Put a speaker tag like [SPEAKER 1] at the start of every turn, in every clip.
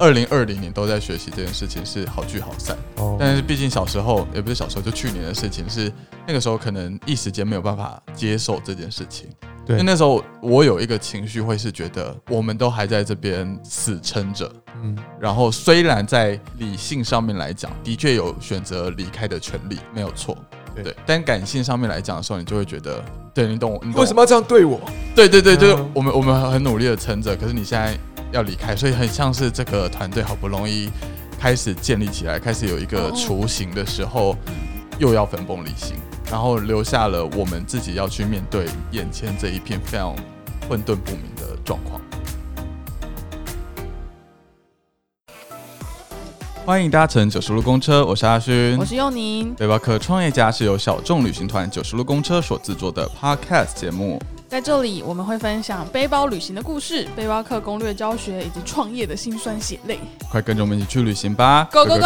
[SPEAKER 1] 二零二零年都在学习这件事情是好聚好散。
[SPEAKER 2] 哦，
[SPEAKER 1] 但是毕竟小时候也不是小时候，就去年的事情是那个时候可能一时间没有办法接受这件事情。因
[SPEAKER 2] 对
[SPEAKER 1] 为那时候我有一个情绪会是觉得我们都还在这边死撑着，
[SPEAKER 2] 嗯，
[SPEAKER 1] 然后虽然在理性上面来讲，的确有选择离开的权利，没有错。
[SPEAKER 2] 对
[SPEAKER 1] 对，但感性上面来讲的时候，你就会觉得，对你懂我，你懂我
[SPEAKER 2] 为什么要这样对我？
[SPEAKER 1] 对对对，
[SPEAKER 2] 嗯
[SPEAKER 1] 就是我们我们很努力的撑着，可是你现在要离开，所以很像是这个团队好不容易开始建立起来，开始有一个
[SPEAKER 3] 哦
[SPEAKER 1] 雏形的时候，又要分崩离析，然后留下了我们自己要去面对眼前这一片非常混沌不明的状况。欢迎搭乘九十路公车，我是阿勋，
[SPEAKER 3] 我是佑宁，
[SPEAKER 1] 背包客创业家是由小众旅行团九十路公车所制作的 Podcast 节目。
[SPEAKER 3] 在这里我们会分享背包旅行的故事、背包客攻略教学以及创业的辛酸血 泪。
[SPEAKER 1] 快跟着我们一起去旅行吧
[SPEAKER 3] Go, go,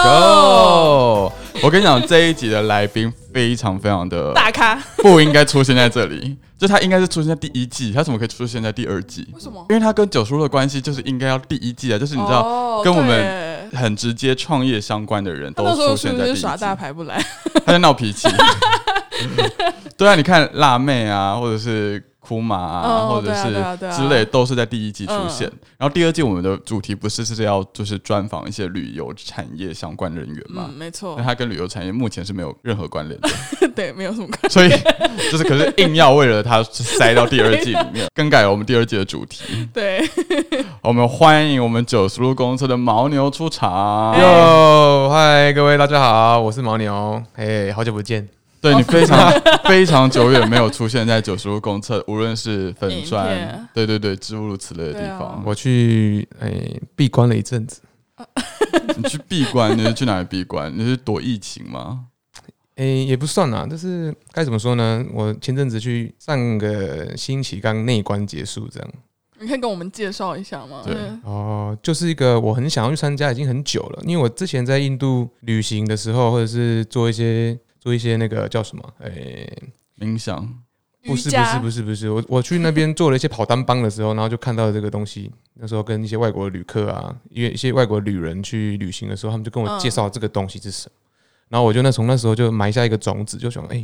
[SPEAKER 1] go 我跟你讲，这一集的来宾非常非常的
[SPEAKER 3] 大咖，
[SPEAKER 1] 不应该出现在这里，就他应该是出现在第一季，他怎么可以出现在第二季？
[SPEAKER 3] 为什么？
[SPEAKER 1] 因为他跟九叔的关系就是应该要第一季啊，就是你知道、
[SPEAKER 3] 哦
[SPEAKER 1] 跟我们
[SPEAKER 3] 对耶
[SPEAKER 1] 很直接创业相关的人
[SPEAKER 3] 他
[SPEAKER 1] 都
[SPEAKER 3] 那时候
[SPEAKER 1] 出
[SPEAKER 3] 是
[SPEAKER 1] 现
[SPEAKER 3] 不
[SPEAKER 1] 在第一
[SPEAKER 3] 是
[SPEAKER 1] 季，
[SPEAKER 3] 耍大牌不来？
[SPEAKER 1] 他在闹脾气。 对啊，你看辣妹啊，或者是哭马啊，
[SPEAKER 3] 哦
[SPEAKER 1] 或者
[SPEAKER 3] 对啊对啊对
[SPEAKER 1] 是
[SPEAKER 3] 啊
[SPEAKER 1] 之类，都是在第一季出
[SPEAKER 3] 嗯
[SPEAKER 1] 现。然后第二季我们的主题不是是要就是专访一些旅游产业相关人员嘛
[SPEAKER 3] 嗯，？没错
[SPEAKER 1] 那，它跟旅游产业目前是没有任何关联的，
[SPEAKER 3] 对，没有什么关
[SPEAKER 1] 所以就是可是硬要为了它塞到第二季里面，更改了我们第二季的主题。
[SPEAKER 3] 对。
[SPEAKER 1] 我们欢迎我们九十路公车的牦牛出场，
[SPEAKER 2] 哟，哦嗨，各位大家好，我是牦牛，嘿，好久不见，
[SPEAKER 1] 对
[SPEAKER 3] 哦
[SPEAKER 1] 你非常 非常久远没有出现在九十路公厕，无论是粉
[SPEAKER 3] 影
[SPEAKER 1] 砖
[SPEAKER 3] 片，啊
[SPEAKER 1] 对对对，诸如此类的地方。
[SPEAKER 2] 我去诶闭关了一阵子，
[SPEAKER 1] 你去闭关，你是去哪里闭关？你是躲疫情吗？
[SPEAKER 2] 诶，哎也不算啦，就是该怎么说呢？我前阵子去上个星期刚内关结束，这样
[SPEAKER 3] 你可以跟我们介绍一下吗？
[SPEAKER 1] 对
[SPEAKER 3] 嗯
[SPEAKER 2] 哦，就是一个我很想要去参加，已经很久了，因为我之前在印度旅行的时候，或者是做一些做一些那个叫什么，哎诶，
[SPEAKER 1] 冥想，
[SPEAKER 2] 不是不
[SPEAKER 3] 瑜伽
[SPEAKER 2] 是不是不是，我我去那边做了一些跑单帮的时候，然后就看到了这个东西。那时候跟一些外国旅客啊，因为一些外国旅人去旅行的时候，他们就跟我
[SPEAKER 3] 嗯
[SPEAKER 2] 介绍这个东西是什么。然后我就那从那时候就埋下一个种子，就想哎、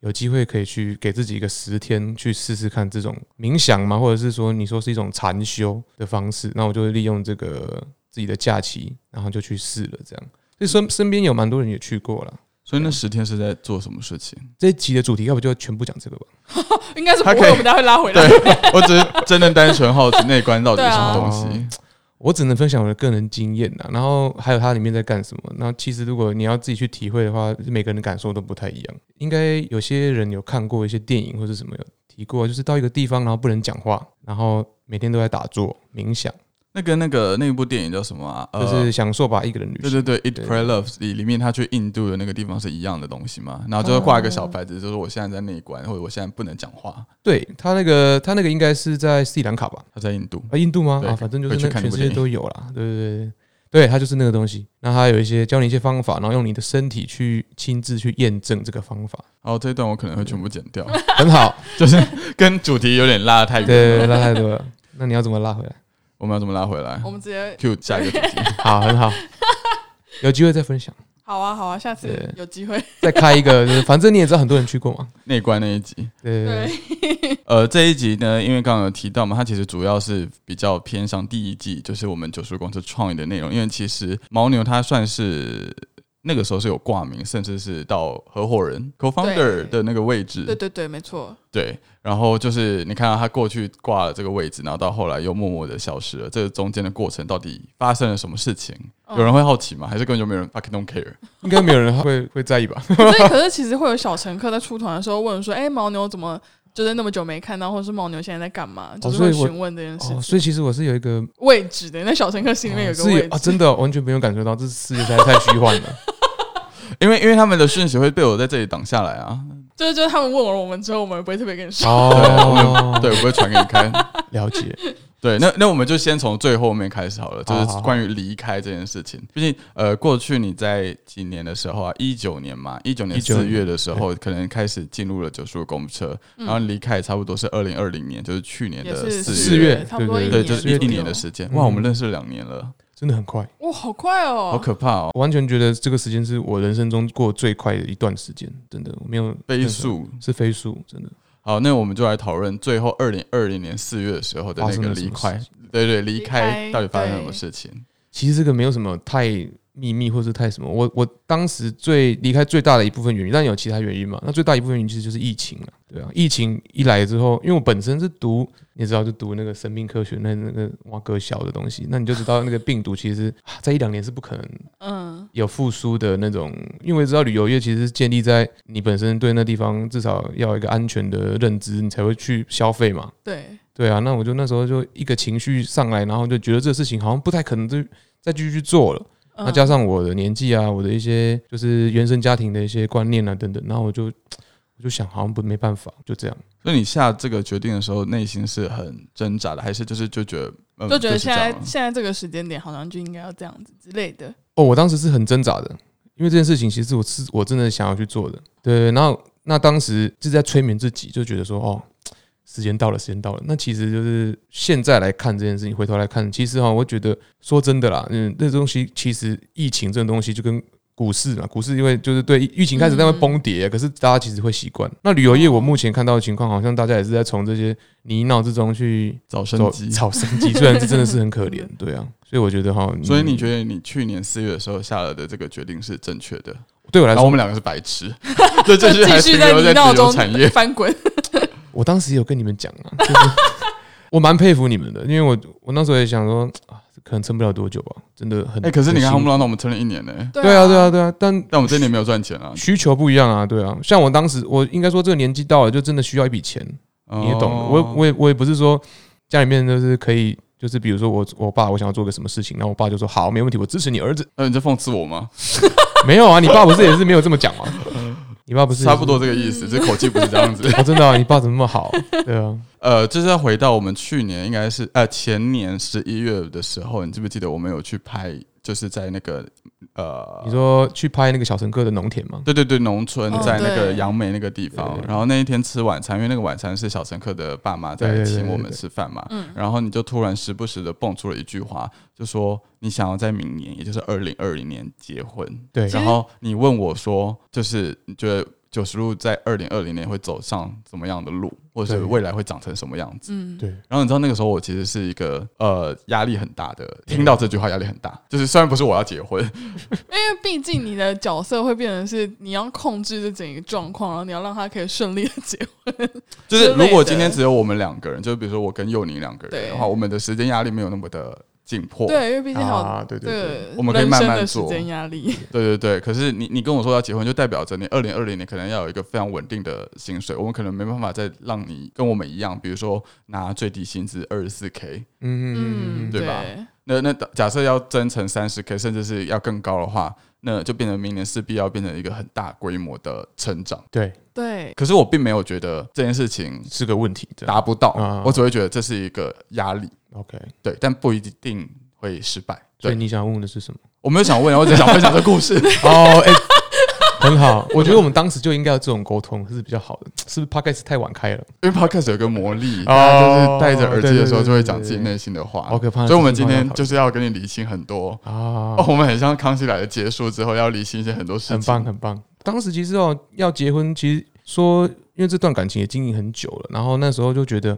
[SPEAKER 2] 有机会可以去给自己一个十天去试试看这种冥想嘛，或者是说你说是一种禅修的方式。那我就会利用这个自己的假期，然后就去试了这样。所以身身边有蛮多人也去过了。
[SPEAKER 1] 所以那十天是在做什么事情？
[SPEAKER 2] 这一集的主题要不就全部讲这个吧？
[SPEAKER 3] 应该是不
[SPEAKER 1] 他可
[SPEAKER 3] 会，
[SPEAKER 1] 以
[SPEAKER 3] 我们大家会拉回来。
[SPEAKER 1] 对我只是真的单纯好奇内关到底是什么东
[SPEAKER 2] 对
[SPEAKER 1] 西。
[SPEAKER 2] 我只能分享我的个人经验呐，然后还有它里面在干什么。然后其实如果你要自己去体会的话，每个人的感受都不太一样。应该有些人有看过一些电影或者什么有提过，就是到一个地方然后不能讲话，然后每天都在打坐冥想，
[SPEAKER 1] 那跟那个那部电影叫什么啊？呃
[SPEAKER 2] 就是享受吧一个人旅
[SPEAKER 1] 对
[SPEAKER 2] 行。
[SPEAKER 1] 对对，It
[SPEAKER 2] 对
[SPEAKER 1] Pray Love 里里面他去印度的那个地方是一样的东西嘛，然后就
[SPEAKER 2] 哦
[SPEAKER 1] 会画一个小牌子，就是我现在在内关，或者我现在不能讲话。
[SPEAKER 2] 对他那个他那个应该是在斯里兰卡吧？
[SPEAKER 1] 他在印度，
[SPEAKER 2] 啊，印度吗？
[SPEAKER 1] 对
[SPEAKER 2] 啊，反正就是
[SPEAKER 1] 回去
[SPEAKER 2] 那
[SPEAKER 1] 看那
[SPEAKER 2] 全
[SPEAKER 1] 部
[SPEAKER 2] 世界
[SPEAKER 1] 电影
[SPEAKER 2] 都有啦。对对对对。对，它就是那个东西。那它有一些教你一些方法，然后用你的身体去亲自去验证这个方法，
[SPEAKER 1] 然后这一段我可能会全部剪掉，
[SPEAKER 2] 很好。
[SPEAKER 1] 就是跟主题有点拉得太远。
[SPEAKER 2] 对，拉太多了。那你要怎么拉回来？
[SPEAKER 1] 我们要怎么拉回来
[SPEAKER 3] 我们直接
[SPEAKER 1] ？Q 下一个主 题。
[SPEAKER 2] 好，很好， 有机会再分享，
[SPEAKER 3] 好啊，好啊，下次
[SPEAKER 2] 对
[SPEAKER 3] 有机会。
[SPEAKER 2] 再开一个，就是反正你也知道很多人去过嘛。
[SPEAKER 1] 内观那一集，
[SPEAKER 2] 对对对，
[SPEAKER 3] 对，
[SPEAKER 1] 呃，这一集呢，因为刚刚有提到嘛，它其实主要是比较偏向第一季，就是我们九叔公司创业的内容。因为其实牦牛它算是那个时候是有挂名，甚至是到合伙人 co-founder
[SPEAKER 3] 对
[SPEAKER 1] 的那个位置，
[SPEAKER 3] 对对对，没错。
[SPEAKER 1] 对，然后就是你看到他过去挂了这个位置，然后到后来又默默的消失了，这中间的过程到底发生了什么事情？
[SPEAKER 3] 嗯
[SPEAKER 1] 有人会好奇吗？还是根本就没有人 fucking don't care？
[SPEAKER 2] 应该没有人会会在意吧？
[SPEAKER 3] 所以，可是其实会有小乘客在出团的时候问说：“哎、牦牛怎么就是那么久没看到，或者是牦牛现在在干嘛？”就是
[SPEAKER 2] 哦所以
[SPEAKER 3] 会
[SPEAKER 2] 我
[SPEAKER 3] 询问这件事情、
[SPEAKER 2] 哦，所以其实我是有一个
[SPEAKER 3] 位置的。那小乘客心里面有
[SPEAKER 2] 哦
[SPEAKER 3] 一个
[SPEAKER 2] 是
[SPEAKER 3] 位
[SPEAKER 2] 有
[SPEAKER 3] 置，
[SPEAKER 2] 啊，真的完全没有感觉到，这世界实在太虚幻了。
[SPEAKER 1] 因为因为他们的讯息会被我在这里挡下来啊，
[SPEAKER 3] 就是就是他们问我我们之后，我们也不会特别跟你说。
[SPEAKER 2] 哦，
[SPEAKER 1] 对，我不会传给你 看。
[SPEAKER 2] 了解，
[SPEAKER 1] 对，那那我们就先从最后面开始好了，就
[SPEAKER 2] 好
[SPEAKER 1] 是
[SPEAKER 2] 好
[SPEAKER 1] 关于离开这件事 情。毕竟，呃，过去你在几年的时候啊，一九年嘛，一九年
[SPEAKER 2] 19
[SPEAKER 1] 四月的时候，可能开始进入了九叔公车，
[SPEAKER 2] 嗯
[SPEAKER 1] 然后离开也差不多是二零二零年，就是去年
[SPEAKER 3] 也
[SPEAKER 1] 的
[SPEAKER 3] 是
[SPEAKER 1] 四
[SPEAKER 2] 四
[SPEAKER 1] 月，
[SPEAKER 2] 月
[SPEAKER 3] 差不多
[SPEAKER 2] 对
[SPEAKER 3] 一
[SPEAKER 1] 对，
[SPEAKER 2] 对
[SPEAKER 1] 就是
[SPEAKER 2] 四月
[SPEAKER 1] 一
[SPEAKER 2] 底
[SPEAKER 1] 一年的
[SPEAKER 3] 左右
[SPEAKER 1] 时间。
[SPEAKER 2] 嗯
[SPEAKER 1] 哇，我们认识了两年了，
[SPEAKER 2] 真的很快。
[SPEAKER 3] 哇，好快哦！
[SPEAKER 1] 好可怕哦，
[SPEAKER 2] 我完全觉得这个时间是我人生中过最快的一段时间，真的，我没有
[SPEAKER 1] 倍数。
[SPEAKER 2] 是飞速，真的。
[SPEAKER 1] 好，那我们就来讨论最后二零二零年四月的时候的那
[SPEAKER 2] 发生
[SPEAKER 1] 个
[SPEAKER 2] 了什
[SPEAKER 1] 离
[SPEAKER 2] 么
[SPEAKER 1] 开
[SPEAKER 2] 事，
[SPEAKER 1] 对对，离
[SPEAKER 3] 离
[SPEAKER 1] 开
[SPEAKER 3] 开
[SPEAKER 1] 到底发生了什么
[SPEAKER 3] 对
[SPEAKER 1] 事情？
[SPEAKER 2] 其实这个没有什么太秘密或是太什么，我我当时最离开最大的一部分原因，但有其他原因嘛？那最大一部分原因其实就是疫情了，对啊，疫情一来之后，因为我本身是读，你也知道，就读那个生命科学那那个哇哥小的东西，那你就知道那个病毒其实啊在一两年是不可能
[SPEAKER 3] 嗯，
[SPEAKER 2] 有复苏的那种，因为知道旅游业其实是建立在你本身对那地方至少要有一个安全的认知，你才会去消费嘛。
[SPEAKER 3] 对，
[SPEAKER 2] 对啊，那我就那时候就一个情绪上来，然后就觉得这事情好像不太可能再再继续去做了。
[SPEAKER 3] 嗯
[SPEAKER 2] 那加上我的年纪啊，我的一些就是原生家庭的一些观念啊等等，然后我就我就想好像不没办法，就这样。
[SPEAKER 1] 所以你下这个决定的时候，内心是很挣扎的，还是就是就觉得，嗯、
[SPEAKER 3] 就觉得
[SPEAKER 1] 是
[SPEAKER 3] 现
[SPEAKER 1] 这
[SPEAKER 3] 在
[SPEAKER 2] 啊
[SPEAKER 1] 样了
[SPEAKER 3] 现在这个时间点好像就应该要这样子之类的。
[SPEAKER 2] 哦，我当时是很挣扎的，因为这件事情其实我是我真的想要去做的。对，然后那当时是在催眠自己，就觉得说哦，时间到了，时间到了。那其实就是现在来看这件事情，回头来看，其实哈、我觉得说真的啦，嗯，这东西其实疫情这种东西就跟。股市嘛，股市因为就是对疫情开始在
[SPEAKER 1] 嗯
[SPEAKER 2] 那边崩跌，啊可是大家其实会习惯。那旅游
[SPEAKER 1] 哦
[SPEAKER 2] 业，我目前看到的情况，好像大家也是在从这些泥淖之中去
[SPEAKER 1] 早生
[SPEAKER 2] 走
[SPEAKER 1] 机。
[SPEAKER 2] 草生机，虽然这真的是很可怜，对啊。所以我觉得 哈，嗯
[SPEAKER 1] 所以你
[SPEAKER 2] 得
[SPEAKER 1] 觉得你去年四月的时候下了的这个决定是正确的，
[SPEAKER 2] 对我来
[SPEAKER 1] 然
[SPEAKER 2] 说
[SPEAKER 1] 后我，们两个是白 痴，就继续还
[SPEAKER 3] 继
[SPEAKER 1] 停
[SPEAKER 3] 续在
[SPEAKER 1] 留
[SPEAKER 3] 泥
[SPEAKER 1] 在
[SPEAKER 3] 淖
[SPEAKER 1] 旅游
[SPEAKER 3] 中。
[SPEAKER 1] 产业
[SPEAKER 3] 翻滚。
[SPEAKER 2] 我当时也有跟你们讲啊，就是 我蛮佩服你们的，因为我我那时候也想说啊，可能撑不了多久吧，真的很。
[SPEAKER 1] 哎、可是你看《
[SPEAKER 2] 很
[SPEAKER 1] 轰不
[SPEAKER 2] 辛苦
[SPEAKER 1] 浪》，我们撑了一年呢、
[SPEAKER 2] 对啊，对啊，，对啊，但
[SPEAKER 1] 但我们这一年没有赚钱啊。
[SPEAKER 2] 需求不一样啊，对啊。像我当时，我应该说这个年纪到了，就真的需要一笔钱， 你也懂的。
[SPEAKER 1] 哦
[SPEAKER 2] 我我也我也不是说家里面就是可以，就是比如说我我爸我想要做个什么事情，然后我爸就说好，没问题，我支持你儿子。
[SPEAKER 1] 呃，你在讽刺我吗？
[SPEAKER 2] 没有啊，你爸不是也是没有这么 讲吗？你爸不是也是
[SPEAKER 1] 差不多这个意思，只是口气不是这样 子。
[SPEAKER 2] 哦，真的啊，你爸怎么那么好？对啊，
[SPEAKER 1] 呃，就是要回到我们去年，应该是呃前年十一月的时候，你记不记得我们有去拍，就是在那个呃，
[SPEAKER 2] 你说去拍那个小乘客的农田吗？
[SPEAKER 1] 对对对，农村
[SPEAKER 3] 哦
[SPEAKER 1] 在那个
[SPEAKER 3] 对
[SPEAKER 1] 杨梅那个地方
[SPEAKER 2] 对，对
[SPEAKER 1] 然后那一天吃晚餐，因为那个晚餐是小乘客的爸妈
[SPEAKER 2] 对
[SPEAKER 1] 在
[SPEAKER 2] 对对
[SPEAKER 1] 请
[SPEAKER 2] 对
[SPEAKER 1] 我们
[SPEAKER 2] 对
[SPEAKER 1] 吃饭嘛，
[SPEAKER 3] 嗯，
[SPEAKER 1] 然后你就突然时不时的蹦出了一句话，就说你想要在明年，也就是二零二零年结婚，
[SPEAKER 2] 对，
[SPEAKER 3] 其实
[SPEAKER 1] 然后你问我说，就是你觉得九十路在二零二零年会走上怎么样的路，或者是
[SPEAKER 2] 对
[SPEAKER 1] 未来会长成什么样子？
[SPEAKER 3] 嗯，
[SPEAKER 2] 对，
[SPEAKER 1] 然后你知道那个时候我其实是一个呃压力很大的，听到这句话压力很大，就是虽然不是我要结婚，
[SPEAKER 3] 因为毕竟你的角色会变成是你要控制这整个状况，然后你要让他可以顺利的结 婚。
[SPEAKER 1] 就是
[SPEAKER 3] 之类
[SPEAKER 1] 如
[SPEAKER 3] 的
[SPEAKER 1] 果今天只有我们两个人，就是比如说我跟佑宁两个人
[SPEAKER 3] 对
[SPEAKER 1] 的话，我们的时间压力没有那么的紧迫，
[SPEAKER 3] 对，因为毕竟还有
[SPEAKER 2] 啊，对
[SPEAKER 3] 这
[SPEAKER 2] 对对，
[SPEAKER 3] 个
[SPEAKER 1] 我们可以
[SPEAKER 3] 人
[SPEAKER 1] 慢
[SPEAKER 3] 生
[SPEAKER 1] 慢
[SPEAKER 3] 的时
[SPEAKER 1] 做
[SPEAKER 3] 间压力。
[SPEAKER 1] 对对对。可是你你跟我说要结婚，就代表着你二零二零年可能要有一个非常稳定的薪水，我们可能没办法再让你跟我们一样，比如说拿最低薪资二十四 k，
[SPEAKER 2] 嗯
[SPEAKER 3] 嗯，
[SPEAKER 2] 嗯，
[SPEAKER 1] 对吧那那假设要增成三十 k，甚至是要更高的话，那就变成明年势必要变成一个很大规模的成长。
[SPEAKER 2] 对，
[SPEAKER 3] 对，
[SPEAKER 1] 可是我并没有觉得这件事情
[SPEAKER 2] 是个问题。这样
[SPEAKER 1] 达不到，
[SPEAKER 2] 啊
[SPEAKER 1] 我只会觉得这是一个压力，
[SPEAKER 2] OK，
[SPEAKER 1] 对，但不一定会失败。
[SPEAKER 2] 所以
[SPEAKER 1] 对，
[SPEAKER 2] 你想问的是什么？
[SPEAKER 1] 我没有想问，我只是想分享这故事。
[SPEAKER 2] 哦，哎，很好，我觉得我们当时就应该要这种沟通是比较好的，是不是 p o d c a s 太晚开了？
[SPEAKER 1] 因为 podcast 有个魔力，
[SPEAKER 2] 哦
[SPEAKER 1] 大家就是戴着耳机的时候
[SPEAKER 2] 对对对
[SPEAKER 1] 就会讲自己内心的话，
[SPEAKER 2] 好可怕！
[SPEAKER 1] 啊所以我们今天就是要跟你理清很多。
[SPEAKER 2] 啊
[SPEAKER 1] 哦，，我们很像康熙来了结束之后要理清一些很多事情。
[SPEAKER 2] 很棒很棒。当时其实哦，要结婚，其实说因为这段感情也经营很久了，然后那时候就觉得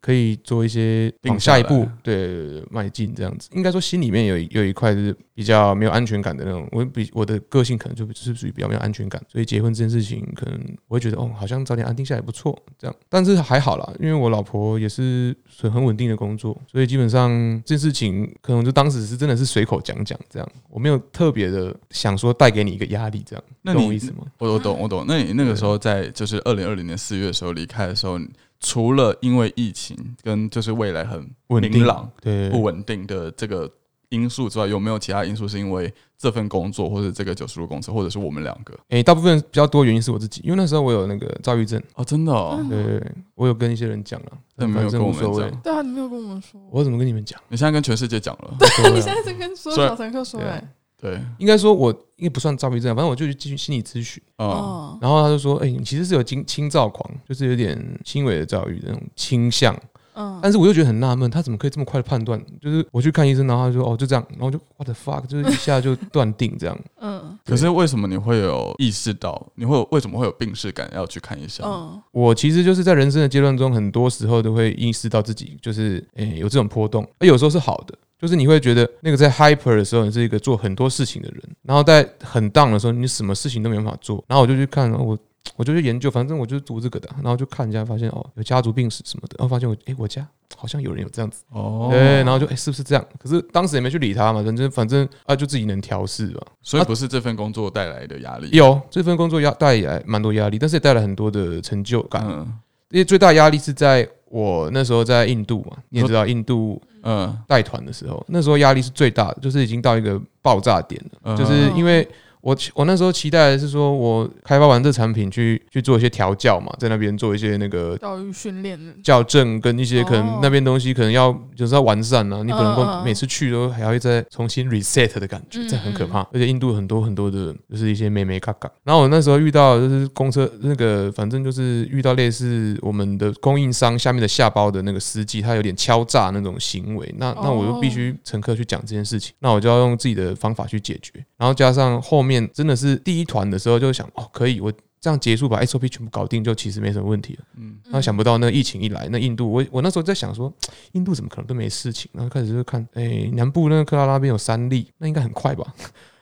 [SPEAKER 2] 可以做一些
[SPEAKER 1] 定
[SPEAKER 2] 往下一
[SPEAKER 1] 下来
[SPEAKER 2] 步对对对对迈进这样子。应该说心里面有一有一块就是比较没有安全感的那种，我比我的个性可能就是属于比较没有安全感，所以结婚这件事情可能我会觉得哦，好像早点安定下来不错这样。但是还好啦，因为我老婆也是很很稳定的工作，所以基本上这件事情可能就当时是真的是随口讲讲这样，我没有特别的想说带给你一个压力这样，
[SPEAKER 1] 那
[SPEAKER 2] 懂我
[SPEAKER 1] 你
[SPEAKER 2] 意思吗？
[SPEAKER 1] 我我懂我懂。那你那个时候在就是二零二零年四月的时候离开的时候，除了因为疫情跟就是未来很
[SPEAKER 2] 稳定
[SPEAKER 1] 明朗
[SPEAKER 2] 对，
[SPEAKER 1] 不稳定的这个因素之外，有没有其他因素是因为这份工作，或者这个九十路公司，或者是我们两个？
[SPEAKER 2] 诶、大部分比较多原因是我自己，因为那时候我有那个躁郁症，
[SPEAKER 1] 哦，真的、哦，
[SPEAKER 2] 对对对，我有跟一些人讲了，
[SPEAKER 1] 但没有跟
[SPEAKER 2] 反正
[SPEAKER 1] 我
[SPEAKER 2] 无
[SPEAKER 1] 们
[SPEAKER 2] 所谓
[SPEAKER 1] 讲。。
[SPEAKER 3] 对啊，你没有跟我们说，
[SPEAKER 2] 我怎么跟你们 讲？
[SPEAKER 1] 你现在跟全世界讲了，
[SPEAKER 2] 无所谓啊
[SPEAKER 3] 你现在是跟说
[SPEAKER 1] 虽然
[SPEAKER 3] 小乘客说
[SPEAKER 2] 对啊
[SPEAKER 3] 哎，
[SPEAKER 1] 对，
[SPEAKER 2] 应该说我应该不算躁郁症，反正我就去进行心理咨询，
[SPEAKER 1] 嗯，
[SPEAKER 3] 哦，
[SPEAKER 2] 然后他就说，哎、你其实是有轻轻躁狂，就是有点轻微的躁郁那种倾向。
[SPEAKER 3] 嗯，
[SPEAKER 2] 但是我又觉得很纳闷，他怎么可以这么快的判断？就是我去看医生，然后他就说哦就这样，然后我就 what the fuck，就是一下就断定这样。
[SPEAKER 3] 嗯
[SPEAKER 1] 可是为什么你会有意识到？你会有为什么会有病视感要去看医生？
[SPEAKER 3] 嗯
[SPEAKER 2] 我其实就是在人生的阶段中，很多时候都会意识到自己就是诶、有这种波动，而有时候是好的，就是你会觉得那个在 hyper 的时候，你是一个做很多事情的人，然后在很 down 的时候，你什么事情都没办法做。然后我就去看哦我。我就去研究，反正我就是读这个的，然后就看人家发现哦，有家族病史什么的，然后发现我诶、我家好像有人有这样子，
[SPEAKER 1] 哦
[SPEAKER 2] 对，然后就诶、是不是这样？可是当时也没去理他嘛，反正反正啊就自己能调试吧。
[SPEAKER 1] 所以不是这份工作带来的压力。
[SPEAKER 2] 有这份工作压带来蛮多压力，但是也带来很多的成就感。
[SPEAKER 1] 嗯
[SPEAKER 2] 因为最大压力是在我那时候在印度嘛，你也知道印度
[SPEAKER 1] 嗯
[SPEAKER 2] 带团的时候，那时候压力是最大的，就是已经到一个爆炸点了。
[SPEAKER 1] 嗯，
[SPEAKER 2] 就是因为我我那时候期待的是说，我开发完这产品去去做一些调教嘛，在那边做一些那个
[SPEAKER 3] 教育训练，
[SPEAKER 2] 校正跟一些可
[SPEAKER 3] 哦
[SPEAKER 2] 能那边东西可能要就是要完善啊，你可能
[SPEAKER 3] 嗯嗯
[SPEAKER 2] 会
[SPEAKER 3] 嗯
[SPEAKER 2] 每次去都还要再重新 reset 的感觉
[SPEAKER 3] 嗯，
[SPEAKER 2] 这很可怕。而且印度很多很多的，就是一些妹妹嘎嘎。然后我那时候遇到就是公车那个，反正就是遇到类似我们的供应商下面的下包的那个司机，他有点敲诈那种行为，那
[SPEAKER 3] 哦
[SPEAKER 2] 那我就必须乘客去讲这件事情，那我就要用自己的方法去解决。然后加上后面真的是第一团的时候就想哦，可以我。这样结束把 SOP 全部搞定，就其实没什么问题了。
[SPEAKER 1] 嗯
[SPEAKER 2] 那想不到那疫情一来，那印度，我我那时候在想说，印度怎么可能都没事情？然后开始就看，哎、南部那个克拉拉那边有三例，那应该很快吧。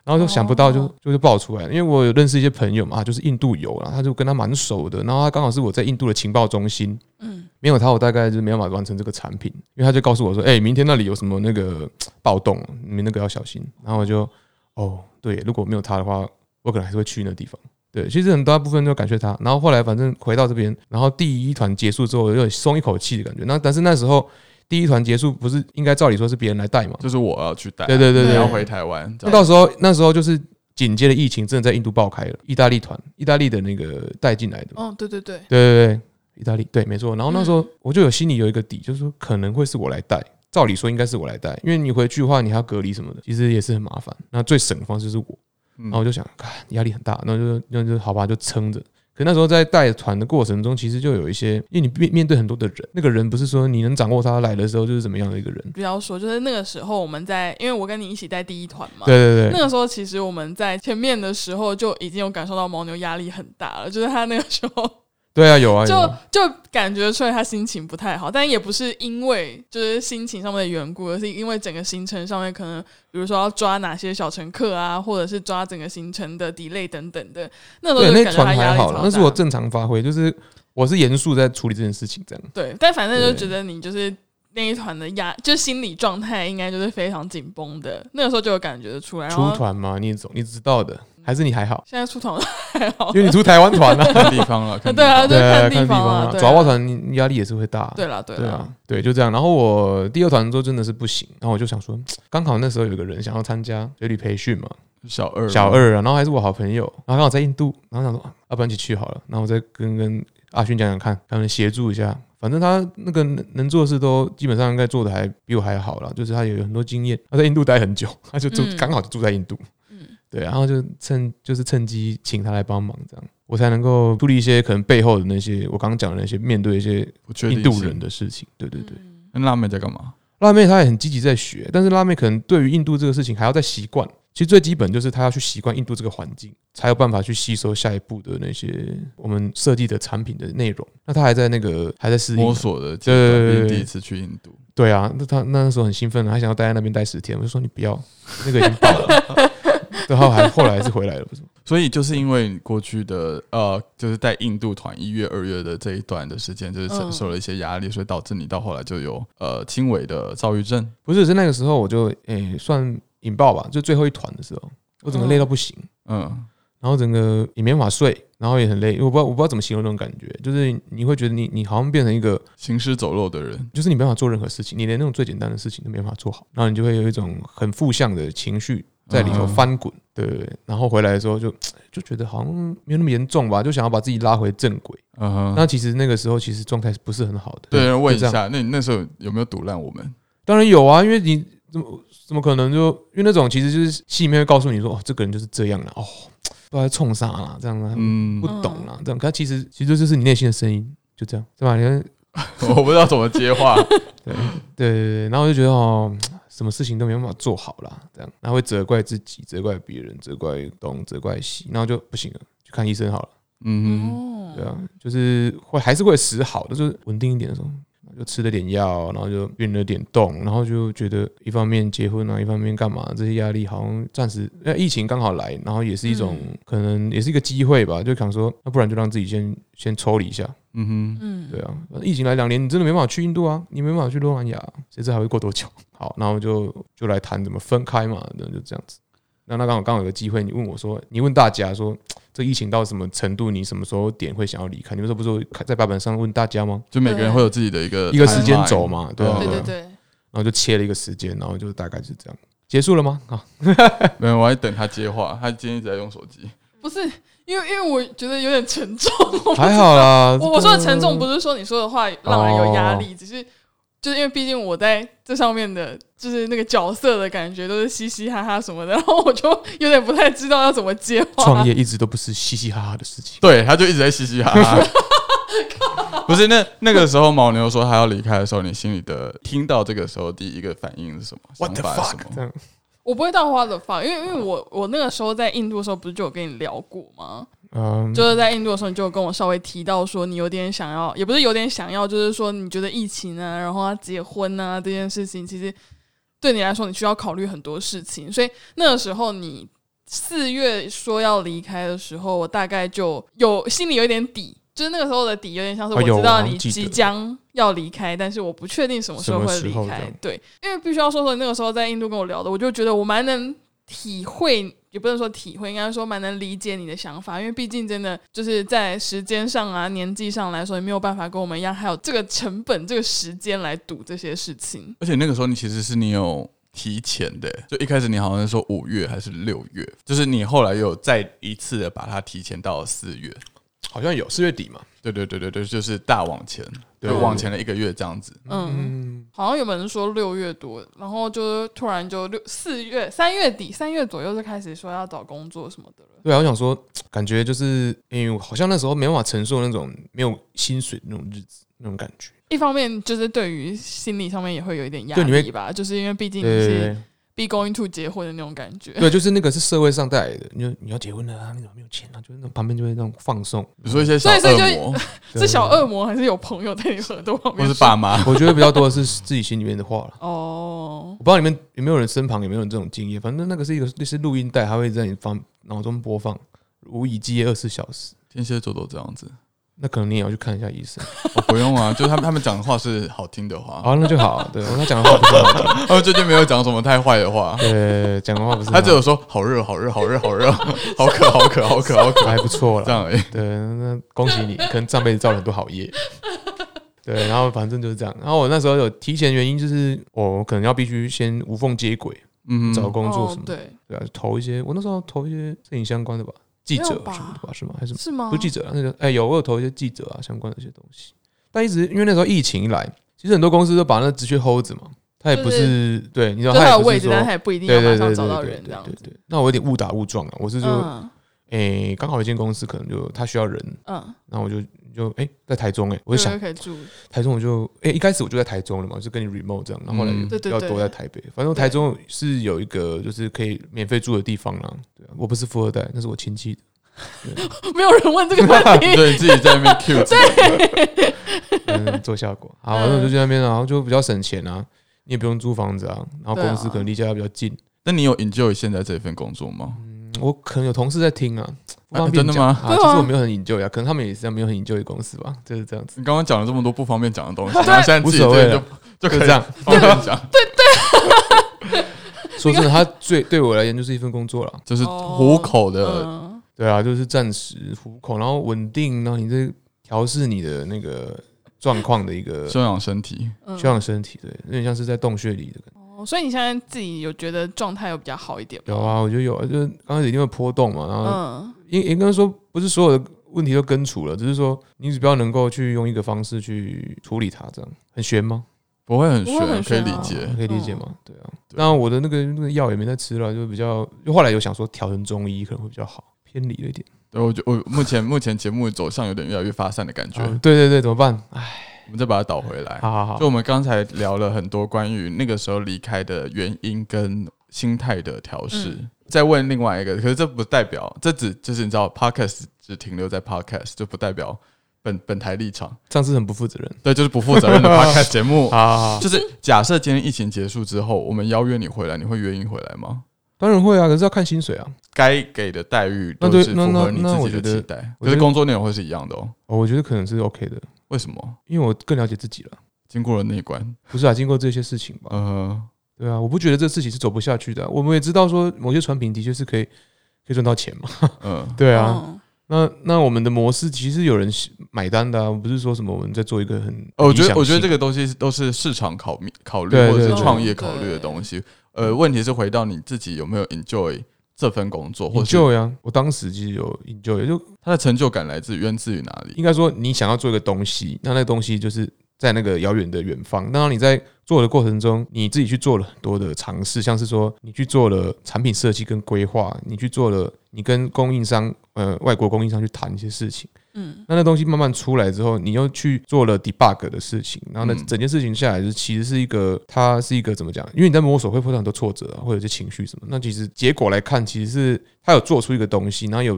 [SPEAKER 2] 然后就想不到就
[SPEAKER 3] 哦
[SPEAKER 2] 就是爆出来了，因为我有认识一些朋友嘛，就是印度友啦，他就跟他蛮熟的，然后他刚好是我在印度的情报中心，
[SPEAKER 3] 嗯
[SPEAKER 2] 没有他，我大概就是没办法完成这个产品，因为他就告诉我说，哎、明天那里有什么那个暴动，你们那个要小心。然后我就，哦，对，如果没有他的话，我可能还是会去那地方。对，其实很大部分都感谢他。然后后来反正回到这边，然后第一团结束之后，我有松一口气的感觉。那但是那时候第一团结束，不是应该照理说是别人来带嘛？
[SPEAKER 1] 就是我要去带，
[SPEAKER 2] 对对对
[SPEAKER 1] 你
[SPEAKER 2] 对
[SPEAKER 1] 要回台湾，这
[SPEAKER 2] 那
[SPEAKER 1] 样
[SPEAKER 2] 到时候那时候就是紧接着疫情真的在印度爆开了，意大利团，意大利的那个带进来的嘛。
[SPEAKER 3] 哦对对对，
[SPEAKER 2] 对对对，意大利对，没错。然后那时候
[SPEAKER 3] 嗯
[SPEAKER 2] 我就有心里有一个底，就是说可能会是我来带，照理说应该是我来带，因为你回去的话你还要隔离什么的，其实也是很麻烦。那最省的方式就是我，
[SPEAKER 1] 嗯
[SPEAKER 2] 然后我就想，看压力很大，那就那就好吧，就撑着。可那时候在带团的过程中，其实就有一些，因为你面面对很多的人，那个人不是说你能掌握他来的时候就是怎么样的一个人。
[SPEAKER 3] 不要说，就是那个时候我们在，因为我跟你一起带第一团嘛，
[SPEAKER 2] 对对
[SPEAKER 3] 啊那
[SPEAKER 2] 对，
[SPEAKER 3] 个时候其实我们在前面的时候就已经有感受到牦牛压力很大了，就是他那个时候
[SPEAKER 2] 对啊，有啊，有
[SPEAKER 3] 就
[SPEAKER 2] 啊
[SPEAKER 3] 就感觉出来他心情不太好，但也不是因为就是心情上面的缘故，而是因为整个行程上面可能比如说要抓哪些小乘客啊，或者是抓整个行程的 delay 等等的，那时候
[SPEAKER 2] 对
[SPEAKER 3] 就
[SPEAKER 2] 那
[SPEAKER 3] 感觉
[SPEAKER 2] 团
[SPEAKER 3] 他压
[SPEAKER 2] 还
[SPEAKER 3] 力
[SPEAKER 2] 好
[SPEAKER 3] 超大
[SPEAKER 2] 了，。那是我正常发挥，就是我是严肃在处理这件事情，这样。
[SPEAKER 3] 对，但反正就
[SPEAKER 2] 对
[SPEAKER 3] 觉得你就是那一团的压，就是心理状态应该就是非常紧绷的，那个时候就有感觉得出来。然
[SPEAKER 2] 出
[SPEAKER 3] 后嗯
[SPEAKER 2] 团嘛，你总你知道的，还是你还好，
[SPEAKER 3] 现在出团了还好，
[SPEAKER 2] 因为你出台湾团了、
[SPEAKER 1] 嗯看地方了，看地
[SPEAKER 3] 对啊
[SPEAKER 1] 方
[SPEAKER 3] 就
[SPEAKER 2] 对，
[SPEAKER 3] 看
[SPEAKER 2] 看
[SPEAKER 3] 地
[SPEAKER 2] 地
[SPEAKER 3] 方啊
[SPEAKER 2] 啊
[SPEAKER 3] 对啊
[SPEAKER 2] 爪哇团你压力也是会大。
[SPEAKER 3] 对了对
[SPEAKER 2] 对
[SPEAKER 3] 了
[SPEAKER 2] 啊，，对，就这样。然后我第二团之后真的是不行，然后我就想说，嗯刚好那时候有个人想要参加水里培训嘛，
[SPEAKER 1] 小二
[SPEAKER 2] 小二啊，然后还是我好朋友，然后刚好在印度，然后想说，啊要不然一起去好了，然后我再跟跟阿勋讲讲看，他们协助一下。反正他那个能能做的事都基本上应该做的还比我还好啦，就是他也有很多经验，他在印度待很久， 他就住
[SPEAKER 3] 嗯
[SPEAKER 2] 刚、好就住在印度，
[SPEAKER 3] 嗯
[SPEAKER 2] 对，然后就趁就是趁机请他来帮忙，这样我才能够处理一些可能背后的那些我刚刚讲的那些面对一些
[SPEAKER 1] 不确定
[SPEAKER 2] 印
[SPEAKER 1] 性
[SPEAKER 2] 度人，的事情，对对对。
[SPEAKER 3] 嗯
[SPEAKER 1] 那辣妹在干嘛？
[SPEAKER 2] 辣妹她也很积极在学，但是辣妹可能对于印度这个事情还要再习惯。其实最基本就是她要去习惯印度这个环境，才有办法去吸收下一步的那些我们设计的产品的内容。那她还在那个还在适应
[SPEAKER 1] 摸
[SPEAKER 2] 啊，
[SPEAKER 1] 索的阶段，
[SPEAKER 2] 对对对
[SPEAKER 1] 毕竟
[SPEAKER 2] 对
[SPEAKER 1] 第一次去印度，
[SPEAKER 2] 对啊，那她那时候很兴奋啊，还想要待在那边待十天。我就说你不要，那个已经啊爆了。然后还后来还是回来了，不是吗？
[SPEAKER 1] 所以就是因为你过去的呃，就是在印度团一月、二月的这一段的时间，就是承
[SPEAKER 3] 嗯
[SPEAKER 1] 受了一些压力，所以导致你到后来就有呃轻微的躁郁症。
[SPEAKER 2] 不是，是那个时候我就诶、算引爆吧，就最后一团的时候，我整个累到不行。
[SPEAKER 1] 嗯，
[SPEAKER 2] 然后整个也没办法睡，然后也很累，因为我不知道我不知道怎么形容那种感觉，就是你会觉得你你好像变成一个，
[SPEAKER 1] 行尸走肉的人，
[SPEAKER 2] 就是你没办法做任何事情，你连那种最简单的事情都没办法做好，然后你就会有一种很负向的情绪在里头
[SPEAKER 1] 嗯
[SPEAKER 2] 翻滚，对对对，然后回来的时候就就觉得好像没有那么严重吧，就想要把自己拉回正轨。
[SPEAKER 1] 嗯哼，
[SPEAKER 2] 那其实那个时候其实状态是不是很好的，
[SPEAKER 1] 对，问一
[SPEAKER 2] 就这样
[SPEAKER 1] 下，那你那时候有没有堵烂我们？
[SPEAKER 2] 当然有啊，因为你怎么怎么可能就因为那种其实就是心里面会告诉你说，哦，这个人就是这样了，哦，不知道在冲啊啥啦，这样啦，啊
[SPEAKER 1] 嗯
[SPEAKER 2] 不，懂啦，这样。可其实其实这就是你内心的声音，就这样，对吧？你看
[SPEAKER 1] 我不知道怎么接 话。
[SPEAKER 2] 对对对对，然后我就觉得哦，什么事情都没办法做好啦，这样，然后会责怪自己，责怪别人，责怪东，责怪西，然后就不行了，去看医生好了。
[SPEAKER 1] 嗯
[SPEAKER 3] 哦
[SPEAKER 2] 对，啊，就是会还是会死好的，就是稳定一点的时候，然后就吃了点药，然后就运了点动，然后就觉得一方面结婚啊，一方面干嘛，这些压力好像暂时，那疫情刚好来，然后也是一种、
[SPEAKER 3] 嗯
[SPEAKER 2] 可能也是一个机会吧，就想说，那不然就让自己先先抽离一下，
[SPEAKER 1] 哼，嗯哼，
[SPEAKER 3] 嗯，
[SPEAKER 2] 对啊，疫情来两年，你真的没办法去印度啊，你没办法去东南亚，谁知还会过多久？ 好，然后就就来谈怎么分开嘛，那就这样子。那那刚好刚好有个机会，你问我说，你问大家说，这疫情到什么程度，你什么时候点会想要离开？你们说不是有在白板上问大家吗？
[SPEAKER 1] 就每个人会有自己的一个
[SPEAKER 2] 一个时间
[SPEAKER 1] timeline
[SPEAKER 2] 轴嘛对啊
[SPEAKER 3] 呃对
[SPEAKER 1] 嗯
[SPEAKER 3] 对对，
[SPEAKER 2] 然后就切了一个时间，然后就大概是这样。结束了吗？啊，
[SPEAKER 1] 没有，我还等他接话，他今天一直在用手机。
[SPEAKER 3] 不是因为因为我觉得有点沉重，我
[SPEAKER 2] 还好啦。
[SPEAKER 3] 啊我我说的沉重不哦是说你说的话让人有压力，只是就是因为毕竟我在这上面的，就是那个角色的感觉都是嘻嘻哈哈什么的， 然后我就有点不太知道要怎么接话。
[SPEAKER 2] 创业一直都不是嘻嘻哈哈的事情。
[SPEAKER 1] 对，他就一直在嘻嘻哈哈。不是那那个时候牦牛说他要离开的时候，你心里的听到这个时候第一个反应是什么？想
[SPEAKER 2] What the
[SPEAKER 1] 法是
[SPEAKER 2] fuck？
[SPEAKER 1] 什
[SPEAKER 2] 这
[SPEAKER 1] 么？
[SPEAKER 2] 样
[SPEAKER 3] 我不会到花的放，因为因为我我那个时候在印度的时候，不是就有跟你聊过吗？
[SPEAKER 2] 嗯，
[SPEAKER 3] 就是在印度的时候，你就有跟我稍微提到说，你有点想要，也不是有点想要，就是说你觉得疫情啊，然后啊结婚啊这件事情，其实对你来说，你需要考虑很多事情。所以那个时候你四月说要离开的时候，我大概就有心里有一点底，就是那个时候的底有点像是
[SPEAKER 2] 哦
[SPEAKER 3] 我
[SPEAKER 2] 有
[SPEAKER 3] 知道
[SPEAKER 2] 我好
[SPEAKER 3] 你
[SPEAKER 2] 像记得
[SPEAKER 3] 即将要离开，但是我不确定什么时候会
[SPEAKER 2] 什么
[SPEAKER 3] 离
[SPEAKER 2] 时候这
[SPEAKER 3] 开
[SPEAKER 2] 样。
[SPEAKER 3] 对，因为必须要说说你那个时候在印度跟我聊的，我就觉得我蛮能体会，也不能说体会，应该说蛮能理解你的想法，因为毕竟真的就是在时间上啊、年纪上来说，也没有办法跟我们一样，还有这个成本、这个时间来赌这些事情。
[SPEAKER 1] 而且那个时候你其实是你有提前的，就一开始你好像是说五月还是六月，就是你后来又有再一次的把它提前到四月。
[SPEAKER 2] 好像有四月底嘛。
[SPEAKER 1] 对对对对对，就是大往前，
[SPEAKER 2] 对
[SPEAKER 1] 就往前了一个月这样子。
[SPEAKER 3] 嗯，
[SPEAKER 2] 嗯，
[SPEAKER 3] 好像有本人说六月多，然后就是突然就六四月、三月底、三月左右就开始说要找工作什么的了。
[SPEAKER 2] 对啊，我想说，感觉就是因为我好像那时候没办法承受那种没有薪水的那种日子那种感觉。
[SPEAKER 3] 一方面就是对于心理上面也会有一点压
[SPEAKER 2] 对你会
[SPEAKER 3] 力吧，就是因为毕竟
[SPEAKER 2] 对
[SPEAKER 3] 你
[SPEAKER 2] 对对
[SPEAKER 3] 是
[SPEAKER 2] 对
[SPEAKER 3] be going to 结婚的那种感觉。
[SPEAKER 2] 对，就是那个是社会上带来的。你就你要结婚了啊，你怎么没有钱啊？就是那种旁边就会那种放送，
[SPEAKER 1] 比如说一些小
[SPEAKER 3] 所以所以就
[SPEAKER 1] 恶魔，
[SPEAKER 2] 对
[SPEAKER 3] 是小。恶魔还是有朋友在你耳朵旁
[SPEAKER 1] 或
[SPEAKER 3] 边
[SPEAKER 1] 是
[SPEAKER 3] 说
[SPEAKER 1] 爸妈，
[SPEAKER 2] 我觉得比较多的是自己心里面的话了。
[SPEAKER 3] 哦
[SPEAKER 2] 我，不知道你们有没有人身旁有没有人这种经验，反正那个是一个类似录音带，它会在你放脑中播放，无以继夜二十四小时。
[SPEAKER 1] 天蝎座都这样子。
[SPEAKER 2] 那可能你也要去看一下医生。
[SPEAKER 1] 我不用啊，就是他们他们讲的话是好听的话，
[SPEAKER 2] 好，那就好。对，他讲的话不是很好听，
[SPEAKER 1] 他们最近没有讲什么太坏的话，
[SPEAKER 2] 对，讲的话不是很
[SPEAKER 1] 他
[SPEAKER 2] 好
[SPEAKER 1] 只有说好热好热好热好热，好渴好渴好渴好渴，
[SPEAKER 2] 还不错了
[SPEAKER 1] 这。样而已。
[SPEAKER 2] 对，那那恭喜你，可能上辈子造了很多好业。 对，然后反正就是这样。然后我那时候有提前原因，就是我可能要必须先无缝接轨，
[SPEAKER 1] 嗯，
[SPEAKER 2] 找工作
[SPEAKER 3] 哦
[SPEAKER 2] 什么的。
[SPEAKER 3] 对，
[SPEAKER 2] 对啊，投一些，我那时候投一些摄影相关的吧，记者
[SPEAKER 3] 没
[SPEAKER 2] 什
[SPEAKER 3] 有
[SPEAKER 2] 么
[SPEAKER 3] 吧哦
[SPEAKER 2] 的吧，是吗？还是
[SPEAKER 3] 是吗？
[SPEAKER 2] 不是记者、啊？那个哎、有我有投一些记者啊相关的一些东西，但一直因为那时候疫情一来，其实很多公司都把那职缺 hold 着嘛，他也不是、对，你知道
[SPEAKER 3] 就他有
[SPEAKER 2] 也不
[SPEAKER 3] 位
[SPEAKER 2] 是
[SPEAKER 3] 置，
[SPEAKER 2] 说
[SPEAKER 3] 但他也不一定
[SPEAKER 2] 对
[SPEAKER 3] 要
[SPEAKER 2] 对
[SPEAKER 3] 马
[SPEAKER 2] 对
[SPEAKER 3] 上
[SPEAKER 2] 对
[SPEAKER 3] 找到
[SPEAKER 2] 对对
[SPEAKER 3] 人这
[SPEAKER 2] 对
[SPEAKER 3] 样
[SPEAKER 2] 对
[SPEAKER 3] 子。
[SPEAKER 2] 对，那我有点误打误撞啊，我是说，
[SPEAKER 3] 嗯
[SPEAKER 2] 哎，刚、好一间公司可能就他需要人，
[SPEAKER 3] 嗯，
[SPEAKER 2] 然后我就就哎、在台中哎、我
[SPEAKER 3] 我
[SPEAKER 2] 就想
[SPEAKER 3] 可以住，
[SPEAKER 2] 台中我就哎、一开始我就在台中了嘛，就跟你 remote 这样，然后后来
[SPEAKER 1] 嗯
[SPEAKER 2] 就
[SPEAKER 3] 对
[SPEAKER 2] 比
[SPEAKER 3] 对
[SPEAKER 2] 较
[SPEAKER 3] 对
[SPEAKER 2] 多在台北，反正台中是有一个就是可以免费住的地方啦。对啊，我不是富二代，那是我亲戚的。
[SPEAKER 3] 没有人问这个问 题。
[SPEAKER 1] 对自己在那边 Q，
[SPEAKER 2] 嗯，做效果。好，反正我
[SPEAKER 3] 嗯
[SPEAKER 2] 就去那边，然后就比较省钱啊，你也不用租房子啊，然后
[SPEAKER 3] 对啊
[SPEAKER 2] 公司可能离家比较近。
[SPEAKER 1] 那你有 enjoy 现在这份工作吗？
[SPEAKER 2] 嗯我可能有同事在听啊，不方
[SPEAKER 1] 啊
[SPEAKER 2] 便
[SPEAKER 1] 真的
[SPEAKER 2] 讲
[SPEAKER 1] 吗
[SPEAKER 2] 啊，
[SPEAKER 3] 对啊
[SPEAKER 2] 其实我没有很 enjoy 啊，可能他们也是没有很 enjoy 公司吧，就是这样 子，
[SPEAKER 1] 你刚刚讲了这么多不方便讲的东西，然后现在自己
[SPEAKER 2] 无所谓
[SPEAKER 1] 这
[SPEAKER 2] 了
[SPEAKER 1] 就就可
[SPEAKER 2] 就
[SPEAKER 1] 以
[SPEAKER 2] 这样。
[SPEAKER 1] 方便 讲，
[SPEAKER 2] 说真的，他最对我而言就是一份工作了。
[SPEAKER 1] 就是
[SPEAKER 3] 哦
[SPEAKER 1] 糊口的，
[SPEAKER 3] 嗯，
[SPEAKER 2] 对啊，就是暂时糊口，然后稳定，然后你这调试你的那个状况的一个
[SPEAKER 1] 休养身体。
[SPEAKER 3] 嗯
[SPEAKER 2] 休养身体，对，有点像是在洞穴里的感觉。
[SPEAKER 3] 哦所以你现在自己有觉得状态有比较好一点
[SPEAKER 2] 有
[SPEAKER 3] 吗？
[SPEAKER 2] 啊，我觉得有啊，就是刚开始一定会波动嘛，然后
[SPEAKER 3] 嗯，
[SPEAKER 2] 应应该说不是所有的问题都根除了，只是说你只不要能够去用一个方式去处理它，这样很悬吗？
[SPEAKER 1] 不会很
[SPEAKER 3] 不会
[SPEAKER 1] 悬，
[SPEAKER 3] 很
[SPEAKER 1] 可以
[SPEAKER 3] 悬
[SPEAKER 1] 理
[SPEAKER 3] 啊
[SPEAKER 1] 解。
[SPEAKER 2] 可以理解吗？对啊，当然我的那个那个药也没在吃了，就比较就后来有想说调成中医可能会比较好，偏离了一点。嗯
[SPEAKER 1] 对，我觉我目前目前节目走向有点越来越发散的感觉。
[SPEAKER 2] 啊对对对，怎么办？哎，
[SPEAKER 1] 我们再把它倒回来。
[SPEAKER 2] 好好好
[SPEAKER 1] 就，我们刚才聊了很多关于那个时候离开的原因跟心态的调试。
[SPEAKER 3] 嗯
[SPEAKER 1] 再问另外一个，可是这不代表，这只就是你知道，podcast 只停留在 podcast，就不代表本本台立场。
[SPEAKER 2] 上次很不负责任。
[SPEAKER 1] 对，就是不负责任 的 podcast 节目。
[SPEAKER 2] 好好好，
[SPEAKER 1] 就是假设今天疫情结束之后，我们邀约你回来，你会愿意回来吗？
[SPEAKER 2] 当然会啊，可是要看薪水啊。
[SPEAKER 1] 该给的待遇
[SPEAKER 2] 那
[SPEAKER 1] 都
[SPEAKER 2] 对
[SPEAKER 1] 是
[SPEAKER 2] 那
[SPEAKER 1] 符合
[SPEAKER 2] 那
[SPEAKER 1] 你
[SPEAKER 2] 那
[SPEAKER 1] 自
[SPEAKER 2] 我
[SPEAKER 1] 己
[SPEAKER 2] 觉
[SPEAKER 1] 的期
[SPEAKER 2] 得
[SPEAKER 1] 待，
[SPEAKER 2] 我
[SPEAKER 1] 可是
[SPEAKER 2] 觉得
[SPEAKER 1] 工作内容会是一样的哦。
[SPEAKER 2] 哦，我觉得可能是 OK 的，
[SPEAKER 1] 为什么？
[SPEAKER 2] 因为我更了解自己了。
[SPEAKER 1] 经过了那一关，
[SPEAKER 2] 不是啊，经过这些事情吧，
[SPEAKER 1] 呃，
[SPEAKER 2] 对啊，我不觉得这事情是走不下去的啊、我们也知道说，某些产品的确是可以可以赚到钱嘛。
[SPEAKER 1] 嗯，
[SPEAKER 2] 对啊，
[SPEAKER 3] 嗯
[SPEAKER 2] 那那我们的模式其实有人喜买单的啊，不是说什么我们在做一个很，
[SPEAKER 1] 呃我觉得我觉得这
[SPEAKER 2] 个
[SPEAKER 1] 个东西是都是市场考虑考虑
[SPEAKER 2] 对对
[SPEAKER 1] 或者是
[SPEAKER 2] 对
[SPEAKER 1] 创业考虑的
[SPEAKER 3] 对
[SPEAKER 1] 东西。呃，问题是回到你自己有没有 enjoy 这份工作，或者
[SPEAKER 2] enjoy 啊，我当时其实有 enjoy，就
[SPEAKER 1] 他的成就感来自源自于哪里？
[SPEAKER 2] 应该说你想要做一个东西，那那个东西就是在那个遥远的远方。那当你在做的过程中，你自己去做了很多的尝试，像是说你去做了产品设计跟规划，你去做了你跟供应商呃外国供应商去谈一些事情。
[SPEAKER 3] 嗯，
[SPEAKER 2] 那那东西慢慢出来之后，你又去做了 debug 的事情，然后呢
[SPEAKER 1] 嗯，
[SPEAKER 2] 整件事情下来，就是其实是一个，它是一个怎么讲？因为你在摸索会碰到很多挫折啊，或者是情绪什么。那其实结果来看，其实是它有做出一个东西，然后有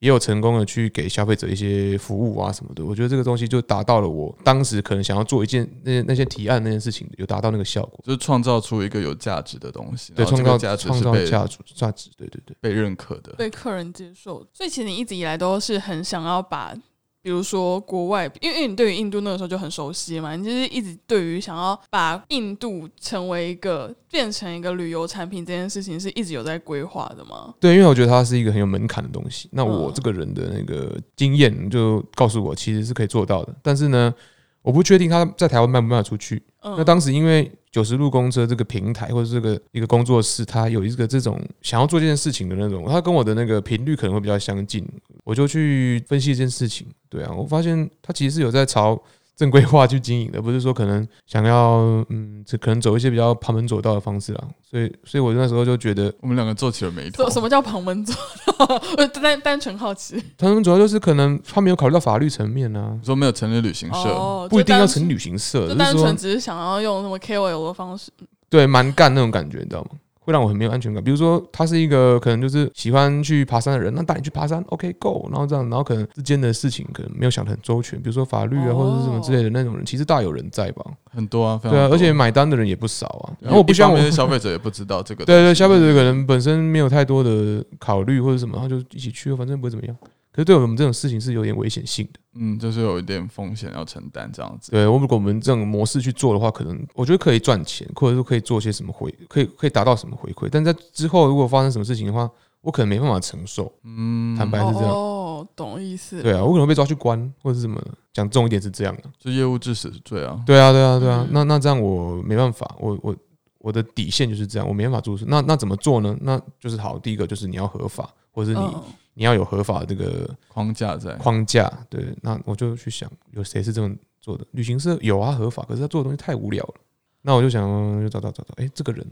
[SPEAKER 2] 也有成功的去给消费者一些服务啊什么的。我觉得这个东西就达到了我当时可能想要做一件那那些提案那件事情，有达到那个效果。
[SPEAKER 1] 就是创造出一个有价值的东西，
[SPEAKER 2] 对，
[SPEAKER 1] 然后哦
[SPEAKER 2] 创
[SPEAKER 1] 这个
[SPEAKER 2] 造
[SPEAKER 1] 价值
[SPEAKER 2] 创
[SPEAKER 1] 是
[SPEAKER 2] 造
[SPEAKER 1] 被
[SPEAKER 2] 价值价值，对对对，
[SPEAKER 1] 被认可的。
[SPEAKER 3] 被客人接受的。所以其实你一直以来都是很想要把，比如说国外，因为因为你对于印度那个时候就很熟悉嘛，你就是一直对于想要把印度成为一个变成一个旅游产品这件事情，是一直有在规划的吗？
[SPEAKER 2] 对，因为我觉得它是一个很有门槛的东西。那我
[SPEAKER 3] 嗯
[SPEAKER 2] 这个人的那个经验就告诉我，其实是可以做到的。但是呢，我不确定它在台湾卖不卖得出去。
[SPEAKER 3] 嗯，
[SPEAKER 2] 那当时因为九十路公车这个平台或者这个一个工作室，它有一个这种想要做这件事情的那种，它跟我的那个频率可能会比较相近，我就去分析这件事情。对啊，我发现它其实是有在朝正规化去经营的，不是说可能想要嗯，这可能走一些比较旁门左道的方式啊。所以，所以我那时候就觉得，
[SPEAKER 1] 我们两个皱起了眉头
[SPEAKER 3] 什。什么叫旁门左道？ 我单单纯好奇。
[SPEAKER 2] 他们主要就是可能他没有考虑到法律层面啊
[SPEAKER 1] 你，说没有成立旅行社，
[SPEAKER 3] 哦，
[SPEAKER 2] 不一定要
[SPEAKER 3] 就单
[SPEAKER 2] 成旅行社，
[SPEAKER 3] 就
[SPEAKER 2] 只是
[SPEAKER 3] 单纯
[SPEAKER 2] 说
[SPEAKER 3] 只是想要用什么 KOL 的方式，
[SPEAKER 2] 对蛮干那种感觉，你知道吗？会让我很没有安全感。比如说，他是一个可能就是喜欢去爬山的人，那带你去爬山，OK go，然后这样，然后可能之间的事情可能没有想得很周全，比如说法律啊、
[SPEAKER 3] 哦
[SPEAKER 2] 或者是什么之类的那种人，其实大有人在吧？
[SPEAKER 1] 很多啊，非
[SPEAKER 2] 对啊
[SPEAKER 1] 常，多
[SPEAKER 2] 而且买单的人也不少啊。
[SPEAKER 1] 对
[SPEAKER 2] 然后我不
[SPEAKER 1] 一
[SPEAKER 2] 希望
[SPEAKER 1] 方
[SPEAKER 2] 我
[SPEAKER 1] 面是消费者也不知道这个东
[SPEAKER 2] 对
[SPEAKER 1] 西，
[SPEAKER 2] 对，消费者可能本身没有太多的考虑或者什么，他就一起去，反正不会怎么样。可是对我们这种事情是有点危险性的。
[SPEAKER 1] 嗯，就是有一点风险要承担这样子。
[SPEAKER 2] 对，我如果我们这种模式去做的话，可能我觉得可以赚钱，或者说可以做些什么回，可以可以达到什么回馈。但在之后如果发生什么事情的话，我可能没办法承受。
[SPEAKER 1] 嗯，
[SPEAKER 2] 坦白还是这样
[SPEAKER 3] 哦，懂意思。
[SPEAKER 2] 对啊，我可能被抓去关或者是什么的。讲重一点是这样的、啊
[SPEAKER 1] 就业务致死罪啊。
[SPEAKER 2] 对啊，对啊，对啊
[SPEAKER 3] 嗯。
[SPEAKER 2] 那那这样我没办法，我我我的底线就是这样，我没办法做出。那那怎么做呢？那就是好，第一个就是你要合法，或者是你、
[SPEAKER 3] 嗯，
[SPEAKER 2] 你要有合法的这个
[SPEAKER 1] 框架在，
[SPEAKER 2] 框架。对，那我就去想，有谁是这么做的？旅行社有啊，合法，可是他做的东西太无聊了。那我就想，嗯就找找找找，哎、这个人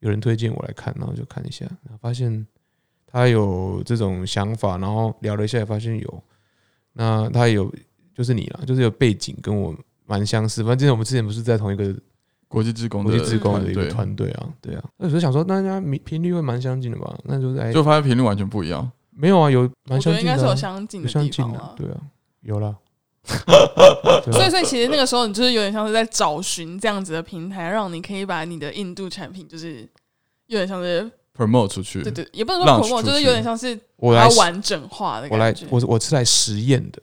[SPEAKER 2] 有人推荐我来看，然后就看一下，然后发现他有这种想法，然后聊了一下，也发现有，那他也有就是你啦，就是有背景跟我蛮相似。反正之前我们之前不是在同一个
[SPEAKER 1] 国际职工的
[SPEAKER 2] 国际职工的
[SPEAKER 1] 团
[SPEAKER 2] 一个
[SPEAKER 1] 队
[SPEAKER 2] 团队啊，对啊。那我就想说，那家频率会蛮相近的吧？那就是哎、
[SPEAKER 1] 就发现频率完全不一样。
[SPEAKER 2] 没有啊，有
[SPEAKER 3] 我
[SPEAKER 2] 蛮
[SPEAKER 3] 觉
[SPEAKER 2] 相近
[SPEAKER 3] 得应
[SPEAKER 2] 的、啊，
[SPEAKER 3] 该是有相近
[SPEAKER 2] 有
[SPEAKER 3] 的
[SPEAKER 2] 相
[SPEAKER 3] 地
[SPEAKER 2] 近
[SPEAKER 3] 方
[SPEAKER 2] 的、
[SPEAKER 3] 啊。
[SPEAKER 2] 对啊，有 啦。啊
[SPEAKER 3] 所 以，所以其实那个时候你就是有点像是在找寻这样子的平台，让你可以把你的印度产品，就是有点像是
[SPEAKER 1] promote 出去，
[SPEAKER 3] 对对，也不能说
[SPEAKER 1] 嗯 Launch
[SPEAKER 3] promo，
[SPEAKER 1] 出
[SPEAKER 3] 就是
[SPEAKER 1] 去
[SPEAKER 3] 有点像是
[SPEAKER 2] 我
[SPEAKER 3] 把
[SPEAKER 2] 来
[SPEAKER 3] 它完整化的
[SPEAKER 2] 我来
[SPEAKER 3] 感觉。
[SPEAKER 2] 我我是来实验的，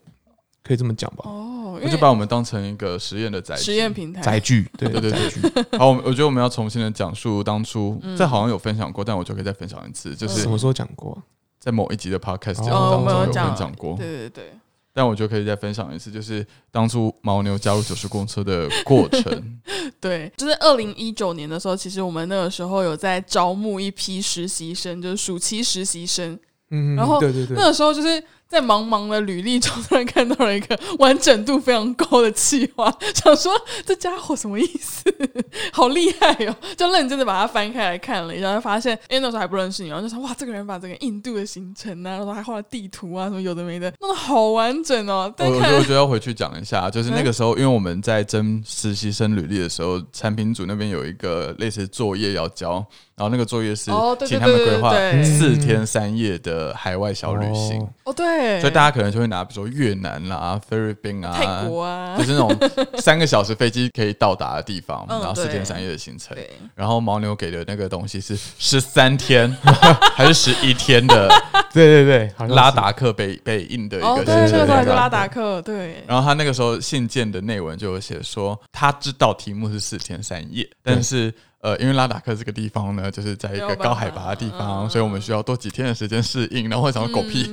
[SPEAKER 2] 可以这么讲吧？
[SPEAKER 3] 哦，
[SPEAKER 1] 我
[SPEAKER 3] 因
[SPEAKER 1] 就
[SPEAKER 3] 为
[SPEAKER 1] 把我们当成一个实验的载体
[SPEAKER 3] 实验。平台
[SPEAKER 2] 宅剧，对
[SPEAKER 1] 对对对
[SPEAKER 2] 宅剧，
[SPEAKER 1] 好，我们我觉得我们要重新的讲述当初，
[SPEAKER 3] 嗯
[SPEAKER 1] 这好像有分享过，但我就可以再分享一次，就
[SPEAKER 3] 嗯
[SPEAKER 1] 是
[SPEAKER 2] 什么时候讲过啊？
[SPEAKER 1] 在某一集的 podcast 节目当
[SPEAKER 2] 哦
[SPEAKER 1] 中
[SPEAKER 2] 我们
[SPEAKER 1] 有
[SPEAKER 2] 有讲
[SPEAKER 1] 分享过，
[SPEAKER 3] 对对对，
[SPEAKER 1] 但我就可以再分享一次，就是当初牦牛加入九十公车的过 程。
[SPEAKER 3] 对，就是二零一九年的时候，其实我们那个时候有在招募一批实习生，就是暑期实习生。
[SPEAKER 2] 嗯，
[SPEAKER 3] 然后
[SPEAKER 2] 对对
[SPEAKER 3] 那
[SPEAKER 2] 对，
[SPEAKER 3] 个时候就是在茫茫的履历中，突然看到了一个完整度非常高的企划， 想说这家伙什么意思？ 好厉害哦！就认真的把它翻开来看了一下，就发现因为那时候还不认识你，然后就想哇，这个人把整个印度的行程啊，然后还画了地图啊，什么有的没的，弄得好完整哦。
[SPEAKER 1] 我
[SPEAKER 3] 但
[SPEAKER 1] 我觉
[SPEAKER 3] 看
[SPEAKER 1] 得
[SPEAKER 3] 了
[SPEAKER 1] 我觉得要回去讲一下，就是那
[SPEAKER 3] 嗯
[SPEAKER 1] 个时候，因为我们在征实习生履历的时候，产品组那边有一个类似作业要交，然后那个作业是
[SPEAKER 3] 哦对对
[SPEAKER 1] 请他们规划
[SPEAKER 3] 对对
[SPEAKER 2] 对
[SPEAKER 1] 四天三夜的海外小旅行，
[SPEAKER 2] 嗯哦
[SPEAKER 3] 哦，对，
[SPEAKER 1] 所以大家可能就会拿比如说越南啦、菲律宾啊、
[SPEAKER 3] 泰国啊
[SPEAKER 1] 就，是那种三个小时飞机可以到达的地方，
[SPEAKER 3] 嗯
[SPEAKER 1] 然后四
[SPEAKER 3] 对
[SPEAKER 1] 天三夜的行程。
[SPEAKER 3] 对。
[SPEAKER 1] 然后牦牛给的那个东西是十三天 还是十一天的
[SPEAKER 2] 对对对，好像是
[SPEAKER 1] 拉达克北北印的一
[SPEAKER 3] 哦，
[SPEAKER 1] 个
[SPEAKER 3] 对，
[SPEAKER 1] 行
[SPEAKER 3] 那个时
[SPEAKER 1] 程
[SPEAKER 3] 候还
[SPEAKER 1] 表
[SPEAKER 3] 是拉达克，对，
[SPEAKER 1] 然后他那个时候信件的内文就有写说，他知道题目是四天三夜，但是呃，因为拉达克这个地方呢，就是在一
[SPEAKER 3] 没
[SPEAKER 1] 个
[SPEAKER 3] 有办法嗯
[SPEAKER 1] 高海拔的地方，所以我们需要多几天的时间适应。然后我想说狗屁，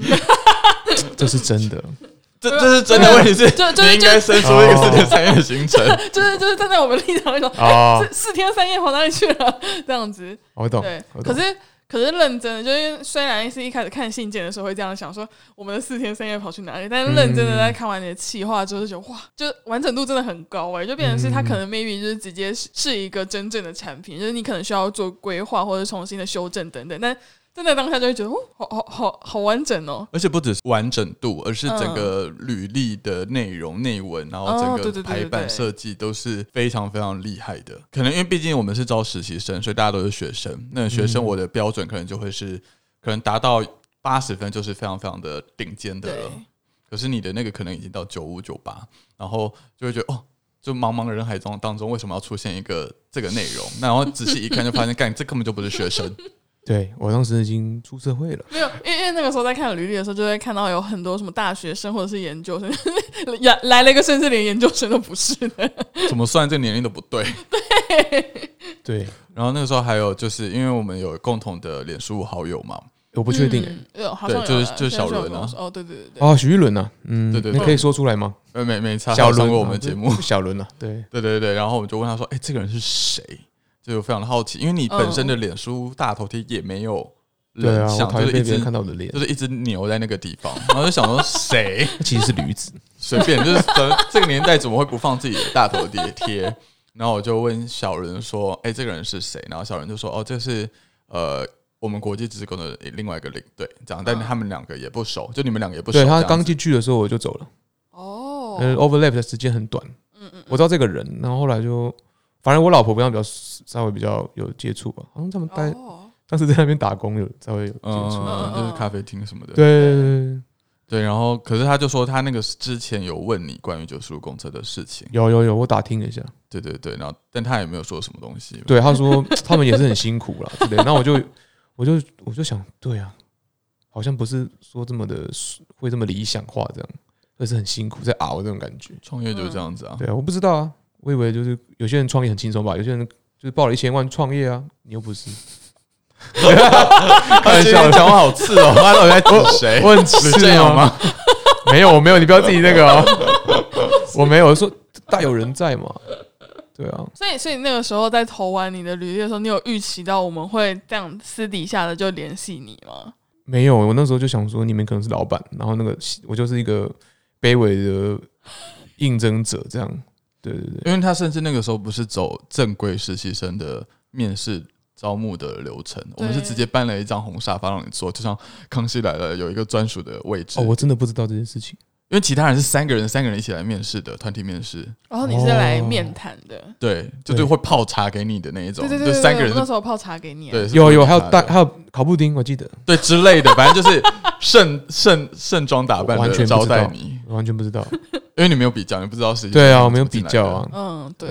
[SPEAKER 2] 这是真的，
[SPEAKER 1] 这
[SPEAKER 3] 对啊
[SPEAKER 1] 这是真的问题是，
[SPEAKER 3] 就就
[SPEAKER 1] 你应该生出一个
[SPEAKER 2] 就
[SPEAKER 1] 四天三夜的行程。
[SPEAKER 3] 就是就是站在我们立场上说，
[SPEAKER 2] 哦
[SPEAKER 3] 哎，四四天三夜跑哪里去了？ 这样子，
[SPEAKER 2] 我懂
[SPEAKER 3] 对。。
[SPEAKER 2] 我
[SPEAKER 3] 可
[SPEAKER 2] 懂
[SPEAKER 3] 是可是认真的，就是虽然是一开始看信件的时候会这样想说，我们的四天三夜跑去哪里？但是认真的在看完你的企划之后，就觉得哇，就是完整度真的很高哎、就变成是它
[SPEAKER 2] 嗯
[SPEAKER 3] 可能 maybe 就是直接是是一个真正的产品，就是你可能需要做规划或者重新的修正等等，但。真的当下就会觉得哦，好好好好完整哦，
[SPEAKER 1] 而且不只是完整度，而是整个履历的内容、内文，然后
[SPEAKER 3] 嗯哦
[SPEAKER 1] 整
[SPEAKER 3] 对对
[SPEAKER 1] 个
[SPEAKER 3] 对对
[SPEAKER 1] 排版
[SPEAKER 3] 对
[SPEAKER 1] 设计都是非常非常厉害的。可能因为毕竟我们是招实习生，所以大家都是学生。那学
[SPEAKER 3] 嗯
[SPEAKER 1] 生我的标准可能就会是，可能达到八十分就是非常非常的顶尖的了
[SPEAKER 3] 对。
[SPEAKER 1] 可是你的那个可能已经到九五九八，然后就会觉得哦。就茫茫人海中当中，为什么要出现一个这个内容？那然后仔细一看，就发现，干，这根本就不是学生。
[SPEAKER 2] 对我当时已经出社会了，
[SPEAKER 3] 没有，因为因为那个时候在看履历的时候，就会看到有很多什么大学生或者是研究生， 来来了一个甚至连研究生都不是的。
[SPEAKER 1] 怎么算这个年龄都不对。
[SPEAKER 2] 对，
[SPEAKER 3] 嗯
[SPEAKER 1] 然后那个时候还有就是因为我们有共同的脸书好友嘛，
[SPEAKER 2] 我不确定欸。
[SPEAKER 3] 嗯，有好像有
[SPEAKER 1] 对就是
[SPEAKER 3] 啊
[SPEAKER 1] 就是小伦啊
[SPEAKER 3] 有跟我说哦，对对对对，
[SPEAKER 2] 哦，徐玉伦呐，嗯，
[SPEAKER 1] 对对
[SPEAKER 2] 你
[SPEAKER 1] 对
[SPEAKER 2] 可以说出来吗？
[SPEAKER 1] 呃，没没差，
[SPEAKER 2] 小
[SPEAKER 1] 他有
[SPEAKER 2] 伦
[SPEAKER 1] 上过我
[SPEAKER 2] 啊
[SPEAKER 1] 们
[SPEAKER 2] 对
[SPEAKER 1] 节目，
[SPEAKER 2] 小伦啊，对，
[SPEAKER 1] 对对对。然后我们就问他说：“哎，这个人是谁？”就非常的好奇，因为你本身的脸书大头贴也没有
[SPEAKER 2] 对啊，
[SPEAKER 1] 人
[SPEAKER 2] 我
[SPEAKER 1] 像，
[SPEAKER 2] 讨
[SPEAKER 1] 就是
[SPEAKER 2] 厌被
[SPEAKER 1] 一
[SPEAKER 2] 别
[SPEAKER 1] 只
[SPEAKER 2] 人看到我的脸
[SPEAKER 1] 就，是一只牛在那个地方，然后就想说谁
[SPEAKER 2] 那其实是驴子，
[SPEAKER 1] 随便，就是怎么这个年代怎么会不放自己的大头贴贴？然后我就问小人说：“哎，这个人是谁？”然后小人就说：“哦，这是呃。”我们国际职工的另外一个领队，这样，但他们两个也不熟，就你们两个也不熟。
[SPEAKER 2] 对
[SPEAKER 1] 这
[SPEAKER 2] 他
[SPEAKER 1] 样子
[SPEAKER 2] 刚进去的时候我就走了，
[SPEAKER 3] 哦，
[SPEAKER 2] 呃，overlap 的时间很短，
[SPEAKER 3] 嗯嗯，
[SPEAKER 2] 我知道这个人，然后后来就，反正我老婆跟他比较稍微比较有接触吧，好像他们待
[SPEAKER 3] 哦，
[SPEAKER 2] 当时在那边打工有稍微有接触，
[SPEAKER 1] 嗯，就是
[SPEAKER 3] 嗯
[SPEAKER 1] 咖啡厅什么的。
[SPEAKER 2] 对对对对，
[SPEAKER 1] 对，然后可是他就说他那个之前有问你关于九十路公车的事情，
[SPEAKER 2] 有有有，我打听了一下，
[SPEAKER 1] 对对对，然后但他也没有说什么东西。
[SPEAKER 2] 对，他说他们也是很辛苦啦，对不对？那我就我就我就想，对啊，好像不是说这么的会这么理想化这样，而是很辛苦在熬这种感觉。
[SPEAKER 1] 创业就是这样子啊。
[SPEAKER 2] 对啊，我不知道啊，我以为就是有些人创业很轻松吧，有些人就是报了一千万创业啊，你又不 是，
[SPEAKER 1] 开玩笑，讲话好刺哦，他到底在指谁？
[SPEAKER 2] 我很
[SPEAKER 1] 是这样？吗？
[SPEAKER 2] 哦 没有，我没有，你不要自己那个哦， 我没有，我说大有人在嘛，对啊，
[SPEAKER 3] 所以所以那个时候在投完你的履历的时候，你有预期到我们会这样私底下的就联系你吗？
[SPEAKER 2] 没有，我那时候就想说，你们可能是老板，然后那个我就是一个卑微的应征者，这样。对对对，
[SPEAKER 1] 因为他甚至那个时候不是走正规实习生的面试。招募的流程，我们是直接搬了一张红沙发让你坐，就像《康熙来了》有一个专属的位置。
[SPEAKER 2] 哦，我真的不知道这件事情。
[SPEAKER 1] 因为其他人是三个人，三个人一起来面试的团体面试，
[SPEAKER 3] 然哦后你是来面谈的，
[SPEAKER 1] 对，就
[SPEAKER 2] 对
[SPEAKER 1] 是会泡茶给你的那一种，
[SPEAKER 3] 对对对对
[SPEAKER 1] 就
[SPEAKER 3] 对，
[SPEAKER 1] 三个人
[SPEAKER 3] 我
[SPEAKER 1] 是
[SPEAKER 3] 那时候泡茶给你啊，
[SPEAKER 1] 对，是
[SPEAKER 2] 有
[SPEAKER 1] 不
[SPEAKER 2] 有，
[SPEAKER 1] 能
[SPEAKER 2] 还有
[SPEAKER 1] 搭
[SPEAKER 2] 大
[SPEAKER 1] 的
[SPEAKER 2] 还有烤布丁，我记得
[SPEAKER 1] 对之类的，反正就是盛 盛盛装打扮
[SPEAKER 2] 完全
[SPEAKER 1] 的
[SPEAKER 2] 不知道
[SPEAKER 1] 招待你，
[SPEAKER 2] 我完全不知道。
[SPEAKER 1] 因为你没有比较，你不知道是
[SPEAKER 2] 对啊，我没有比较。啊。
[SPEAKER 3] 嗯，对，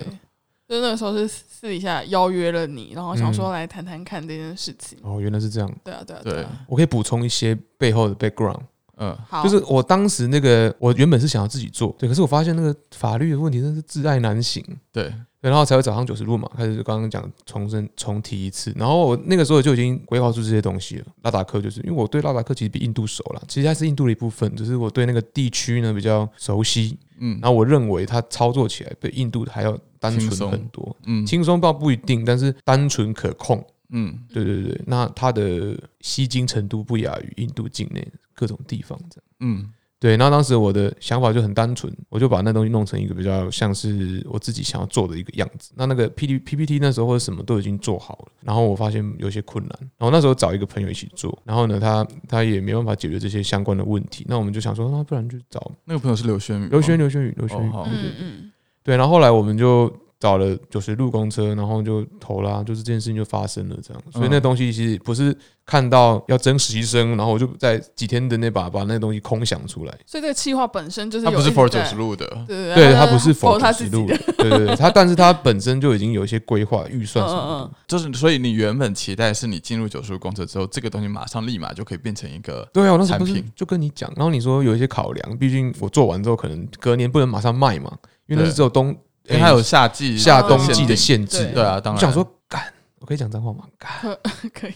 [SPEAKER 3] 就那个时候是私底下邀约了你，然后想说来谈谈看这件事情。
[SPEAKER 2] 哦，原来是这样。
[SPEAKER 3] 对啊，对啊，
[SPEAKER 1] 对
[SPEAKER 3] 对啊。
[SPEAKER 2] 我可以补充一些背后的 background，
[SPEAKER 1] 嗯，
[SPEAKER 3] 好，
[SPEAKER 2] 就是我当时那个，我原本是想要自己做，对，可是我发现那个法律的问题真是挚爱难行，
[SPEAKER 1] 对，
[SPEAKER 2] 对然后才会早上九十路嘛，开始就刚刚讲重申重提一次。然后我那个时候就已经规划出这些东西了。拉达克就是因为我对拉达克其实比印度熟了，其实它是印度的一部分，只是我对那个地区呢比较熟悉。
[SPEAKER 1] 嗯
[SPEAKER 2] 然后我认为它操作起来比印度还要单
[SPEAKER 1] 轻松
[SPEAKER 2] 纯很多，
[SPEAKER 1] 嗯
[SPEAKER 2] 轻松倒不一定，但是单纯可控。
[SPEAKER 1] 嗯，
[SPEAKER 2] 对对对，那它的吸睛程度不亚于印度境内各种地方这样。
[SPEAKER 1] 嗯，
[SPEAKER 2] 对，那当时我的想法就很单纯，我就把那东西弄成一个比较像是我自己想要做的一个样子。那那个 P D P P T 那时候或者什么都已经做好了，然后我发现有些困难，然后那时候找一个朋友一起做，然后呢，他他也没办法解决这些相关的问题，那我们就想说，那不然就找
[SPEAKER 1] 那个朋友是刘轩宇吗，
[SPEAKER 2] 刘轩刘轩宇刘轩宇
[SPEAKER 1] 哦，好，
[SPEAKER 3] 嗯嗯，
[SPEAKER 2] 对，然后后来我们就找了就是路公车，然后就投啦，就是这件事情就发生了这样。所
[SPEAKER 1] 嗯
[SPEAKER 2] 以那东西其实不是看到要争实习生，然后我就在几天的那把把那东西空想出来。
[SPEAKER 3] 所以这个企划本身就是
[SPEAKER 1] 他
[SPEAKER 3] 有
[SPEAKER 1] 不是
[SPEAKER 3] 一直
[SPEAKER 1] For
[SPEAKER 3] 在
[SPEAKER 1] 九十路的，
[SPEAKER 3] 对对
[SPEAKER 2] 对，
[SPEAKER 3] 对，
[SPEAKER 2] 它不是否
[SPEAKER 3] 否他
[SPEAKER 2] 自己
[SPEAKER 3] 自己
[SPEAKER 2] 录
[SPEAKER 3] 的
[SPEAKER 2] 的，对对对，它但是它本身就已经有一些规划、预算什么
[SPEAKER 3] 嗯嗯
[SPEAKER 2] 的。
[SPEAKER 1] 就是所以你原本期待是你进入九十路公车之后，这个东西马上立马就可以变成一个，
[SPEAKER 2] 对啊，我那时候不
[SPEAKER 1] 产
[SPEAKER 2] 是
[SPEAKER 1] 品
[SPEAKER 2] 就跟你讲，然后你说有一些考量，毕竟我做完之后可能隔年不能马上卖嘛，因为那
[SPEAKER 1] 对
[SPEAKER 2] 是只有冬，哎
[SPEAKER 1] 因为它有夏季、
[SPEAKER 2] 夏
[SPEAKER 3] 哦
[SPEAKER 2] 冬
[SPEAKER 1] 限
[SPEAKER 2] 季的
[SPEAKER 1] 定
[SPEAKER 2] 限制。
[SPEAKER 1] 对啊，当
[SPEAKER 2] 我
[SPEAKER 1] 然
[SPEAKER 2] 想说，干，我可以讲脏话吗？干。
[SPEAKER 3] 嗯可以，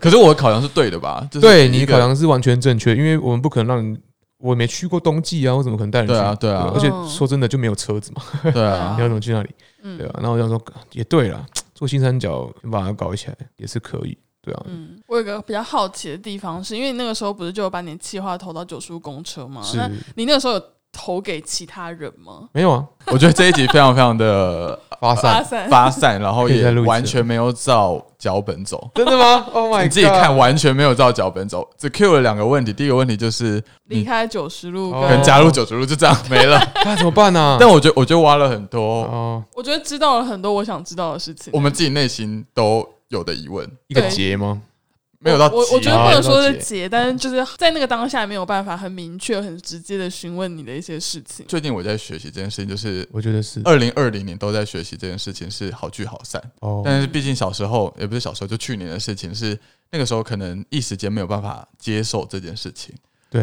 [SPEAKER 1] 可是我的考量是对的吧？就是
[SPEAKER 2] 对
[SPEAKER 1] 一
[SPEAKER 2] 你
[SPEAKER 1] 个
[SPEAKER 2] 考量是完全正确，因为我们不可能让你，我没去过冬季啊，我怎么可能带人去？
[SPEAKER 1] 对啊，对啊
[SPEAKER 2] 而，且
[SPEAKER 3] 嗯
[SPEAKER 2] 说真的就没有车子嘛，
[SPEAKER 1] 对啊
[SPEAKER 2] 你要，怎么去那里？
[SPEAKER 3] 嗯
[SPEAKER 2] 对啊，然后我想说也对啦，做新三角把它搞起来也是可以，对啊，
[SPEAKER 3] 嗯，我有个比较好奇的地方是，因为你那个时候不是就有把你的企划投到九叔公车吗？
[SPEAKER 2] 是
[SPEAKER 3] 哦那你那个时候有投给其他人吗？
[SPEAKER 2] 没有啊，
[SPEAKER 1] 我觉得这一集非常非常的
[SPEAKER 2] 发
[SPEAKER 3] 发
[SPEAKER 2] 散，
[SPEAKER 3] 散，
[SPEAKER 1] 发散，然后
[SPEAKER 2] 可以
[SPEAKER 1] 也
[SPEAKER 2] 再录一次
[SPEAKER 1] 完全没有照脚本 走。
[SPEAKER 2] 真的 吗？Oh my，
[SPEAKER 1] 你自己看，完全没有照脚本走，只 Q 了两个问题。第一个问题就是
[SPEAKER 3] 离开九十路
[SPEAKER 2] 哦
[SPEAKER 1] 可
[SPEAKER 3] 跟
[SPEAKER 1] 能加入九十路就这样没了，
[SPEAKER 2] 那啊怎么办呢？
[SPEAKER 1] 但我觉得我觉得挖了很多
[SPEAKER 2] 哦，
[SPEAKER 3] 我觉得知道了很多我想知道的事情啊
[SPEAKER 1] 我。们自己内心都有的疑问，
[SPEAKER 2] 一个
[SPEAKER 3] 对
[SPEAKER 2] 结吗？
[SPEAKER 1] 没有到
[SPEAKER 3] 我我
[SPEAKER 1] 急
[SPEAKER 3] 觉得
[SPEAKER 2] 啊
[SPEAKER 3] 不能说
[SPEAKER 2] 了
[SPEAKER 3] 是
[SPEAKER 2] 解
[SPEAKER 3] 结，但是就是在那个当下没有办法很明确、很直接的询问你的一些事情。
[SPEAKER 1] 最近我在学习这件事情，就是
[SPEAKER 2] 我觉得是
[SPEAKER 1] 二零二零年都在学习这件事情是好聚好散，
[SPEAKER 2] 哦，
[SPEAKER 1] 但是毕竟小时候也不是小时候，就去年的事情是那个时候可能一时间没有办法接受这件事情。
[SPEAKER 2] 对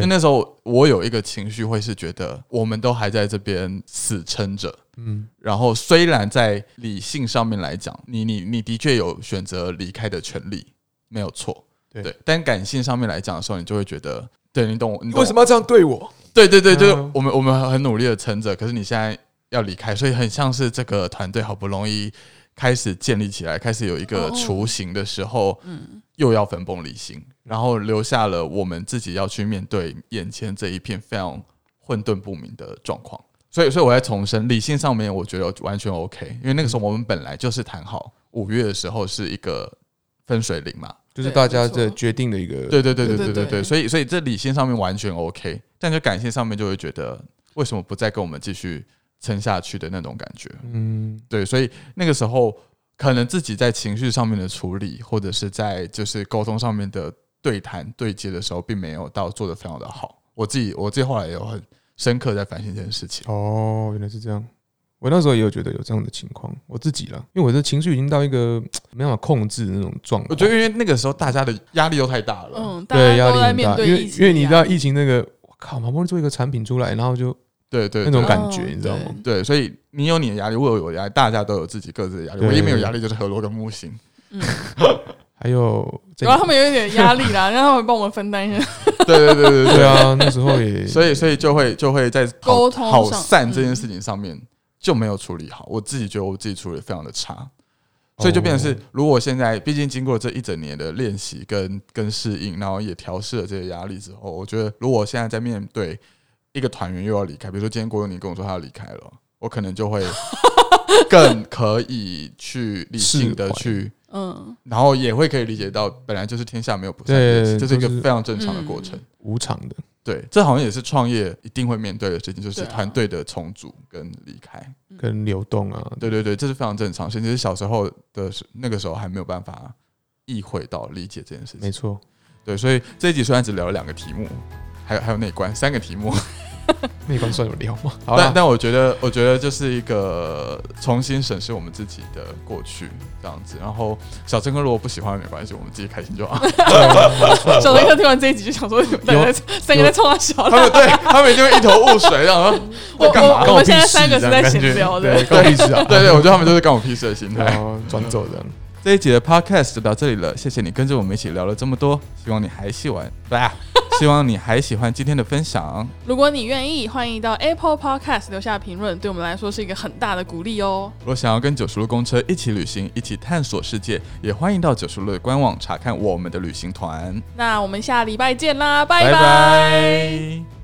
[SPEAKER 1] 因为那时候我有一个情绪会是觉得我们都还在这边死撑着，
[SPEAKER 2] 嗯，
[SPEAKER 1] 然后虽然在理性上面来讲，你你你的确有选择离开的权利，没有错，
[SPEAKER 2] 对
[SPEAKER 1] 但感性上面来讲的时候，你就会觉得，对你懂我，你懂我
[SPEAKER 2] 为什么要这样对我？
[SPEAKER 1] 对对对，就是
[SPEAKER 2] 嗯
[SPEAKER 1] 我们我们很努力的撑着，可是你现在要离开，所以很像是这个团队好不容易开始建立起来，开始有一个
[SPEAKER 3] 哦
[SPEAKER 1] 雏形的时候，
[SPEAKER 3] 嗯，
[SPEAKER 1] 又要分崩离析，然后留下了我们自己要去面对眼前这一片非常混沌不明的状况。所以，所以我在重申，理性上面我觉得完全 OK，因为那个时候我们本来就是谈好五月的时候是一个分水岭嘛，
[SPEAKER 2] 就是
[SPEAKER 3] 对
[SPEAKER 2] 大家
[SPEAKER 3] 没错
[SPEAKER 2] 的决定的一个，
[SPEAKER 1] 对对对对
[SPEAKER 3] 对
[SPEAKER 1] 对对
[SPEAKER 3] 对
[SPEAKER 1] 对，所以所以这理性上面完全 OK，但在感性上面就会觉得为什么不再跟我们继续撑下去的那种感觉。
[SPEAKER 2] 嗯，
[SPEAKER 1] 对，所以那个时候可能自己在情绪上面的处理，或者是在就是沟通上面的对谈对接的时候，并没有到做的非常的好。我自己我自己后来也有很深刻在反省这件事情。
[SPEAKER 2] 哦，原来是这样。我那时候也有觉得有这样的情况，我自己啦，因为我的情绪已经到一个没办法控制的那种状况。
[SPEAKER 1] 我觉得因为那个时候大家的压力都太大了，
[SPEAKER 3] 嗯，大
[SPEAKER 2] 对
[SPEAKER 3] 家
[SPEAKER 2] 压力
[SPEAKER 3] 都在
[SPEAKER 2] 很
[SPEAKER 3] 面
[SPEAKER 2] 大，
[SPEAKER 3] 对
[SPEAKER 2] 因为
[SPEAKER 3] 疫情
[SPEAKER 2] 因
[SPEAKER 3] 啊的
[SPEAKER 2] 为你知
[SPEAKER 3] 压
[SPEAKER 2] 道
[SPEAKER 3] 力
[SPEAKER 2] 疫情那个，我靠，好不容易做一个产品出来，然后就
[SPEAKER 1] 对对
[SPEAKER 2] 那种
[SPEAKER 1] 对
[SPEAKER 2] 感
[SPEAKER 3] 哦
[SPEAKER 2] 觉，你知道吗？
[SPEAKER 1] 对，所以你有你的压力，我有我的压力，大家都有自己各自的压力。
[SPEAKER 2] 对
[SPEAKER 1] 唯一没有压力就是何罗跟木星。
[SPEAKER 3] 嗯，
[SPEAKER 2] 还有这
[SPEAKER 3] 然后他
[SPEAKER 2] 个，
[SPEAKER 3] 们有一点压力 啦，让他们帮我们分担一下。
[SPEAKER 1] 对对对对
[SPEAKER 2] 对啊，那时候 也，
[SPEAKER 1] 所以所以就会就会在讨
[SPEAKER 3] 沟通上嗯
[SPEAKER 1] 好散这件事情上面就没有处理好，我自己觉得我自己处理得非常的差，所以就变成是
[SPEAKER 2] 哦，
[SPEAKER 1] 如果现在毕竟经过这一整年的练习跟跟适应，然后也调试了这些压力之后，我觉得如果我现在在面对一个团员又要离开，比如说今天郭佑宁跟我说他要离开了，我可能就 会更可以去理性的
[SPEAKER 2] 释怀
[SPEAKER 1] 去。
[SPEAKER 3] 嗯，
[SPEAKER 1] 然后也会可以理解到，本来就是天下没有不散
[SPEAKER 2] 对
[SPEAKER 1] 的事，这是一个
[SPEAKER 2] 就是
[SPEAKER 1] 非常正常的过
[SPEAKER 3] 嗯
[SPEAKER 1] 程。
[SPEAKER 2] 无偿的，
[SPEAKER 1] 对，这好像也是创业一定会面对的事情，就是
[SPEAKER 3] 对啊
[SPEAKER 1] 团队的重组跟离开。
[SPEAKER 2] 跟流动啊，
[SPEAKER 1] 对对对，这是非常正常，甚至是小时候的时那个时候还没有办法意会到理解这件事
[SPEAKER 2] 没
[SPEAKER 1] 情。
[SPEAKER 2] 错，
[SPEAKER 1] 对，所以这一集虽然只聊了两个题目，还有还有内观三个题目，
[SPEAKER 2] 那一关算有聊吗？好啊
[SPEAKER 1] 但
[SPEAKER 2] 了，
[SPEAKER 1] 但我觉得我觉得就是一个重新审视我们自己的过去这样子。然后小郑跟如果不喜欢没关系，我们自己开心就好。
[SPEAKER 3] 小雷克听完这一集就想说，大家三个在冲他小
[SPEAKER 1] 他
[SPEAKER 3] 了。
[SPEAKER 1] 们对他们一定会一头雾水，然后
[SPEAKER 3] 我
[SPEAKER 1] 干嘛
[SPEAKER 3] 我
[SPEAKER 1] 干
[SPEAKER 3] 我
[SPEAKER 1] 我
[SPEAKER 3] 们
[SPEAKER 1] 屁
[SPEAKER 3] 现在
[SPEAKER 1] 事
[SPEAKER 3] 三个是
[SPEAKER 1] 这样
[SPEAKER 3] 在
[SPEAKER 1] 感
[SPEAKER 3] 闲
[SPEAKER 1] 觉
[SPEAKER 3] 聊的
[SPEAKER 2] 对，，关我屁事啊，
[SPEAKER 1] 对对，我觉得他们就是干我屁事的心态。
[SPEAKER 2] 然后转走这样，
[SPEAKER 1] 这一集的 podcast 就到这里了，谢谢你跟着我们一起聊了这么多，希望你还喜欢。拜。 希望你还喜欢今天的分享。
[SPEAKER 3] 如果你愿意，欢迎到 Apple Podcast 留下评论，对我们来说是一个很大的鼓励哦。
[SPEAKER 1] 如果想要跟九十路公车一起旅行，一起探索世界，也欢迎到九十路的官网查看我们的旅行团。
[SPEAKER 3] 那我们下礼拜见啦，拜
[SPEAKER 1] 拜
[SPEAKER 3] 拜
[SPEAKER 1] 拜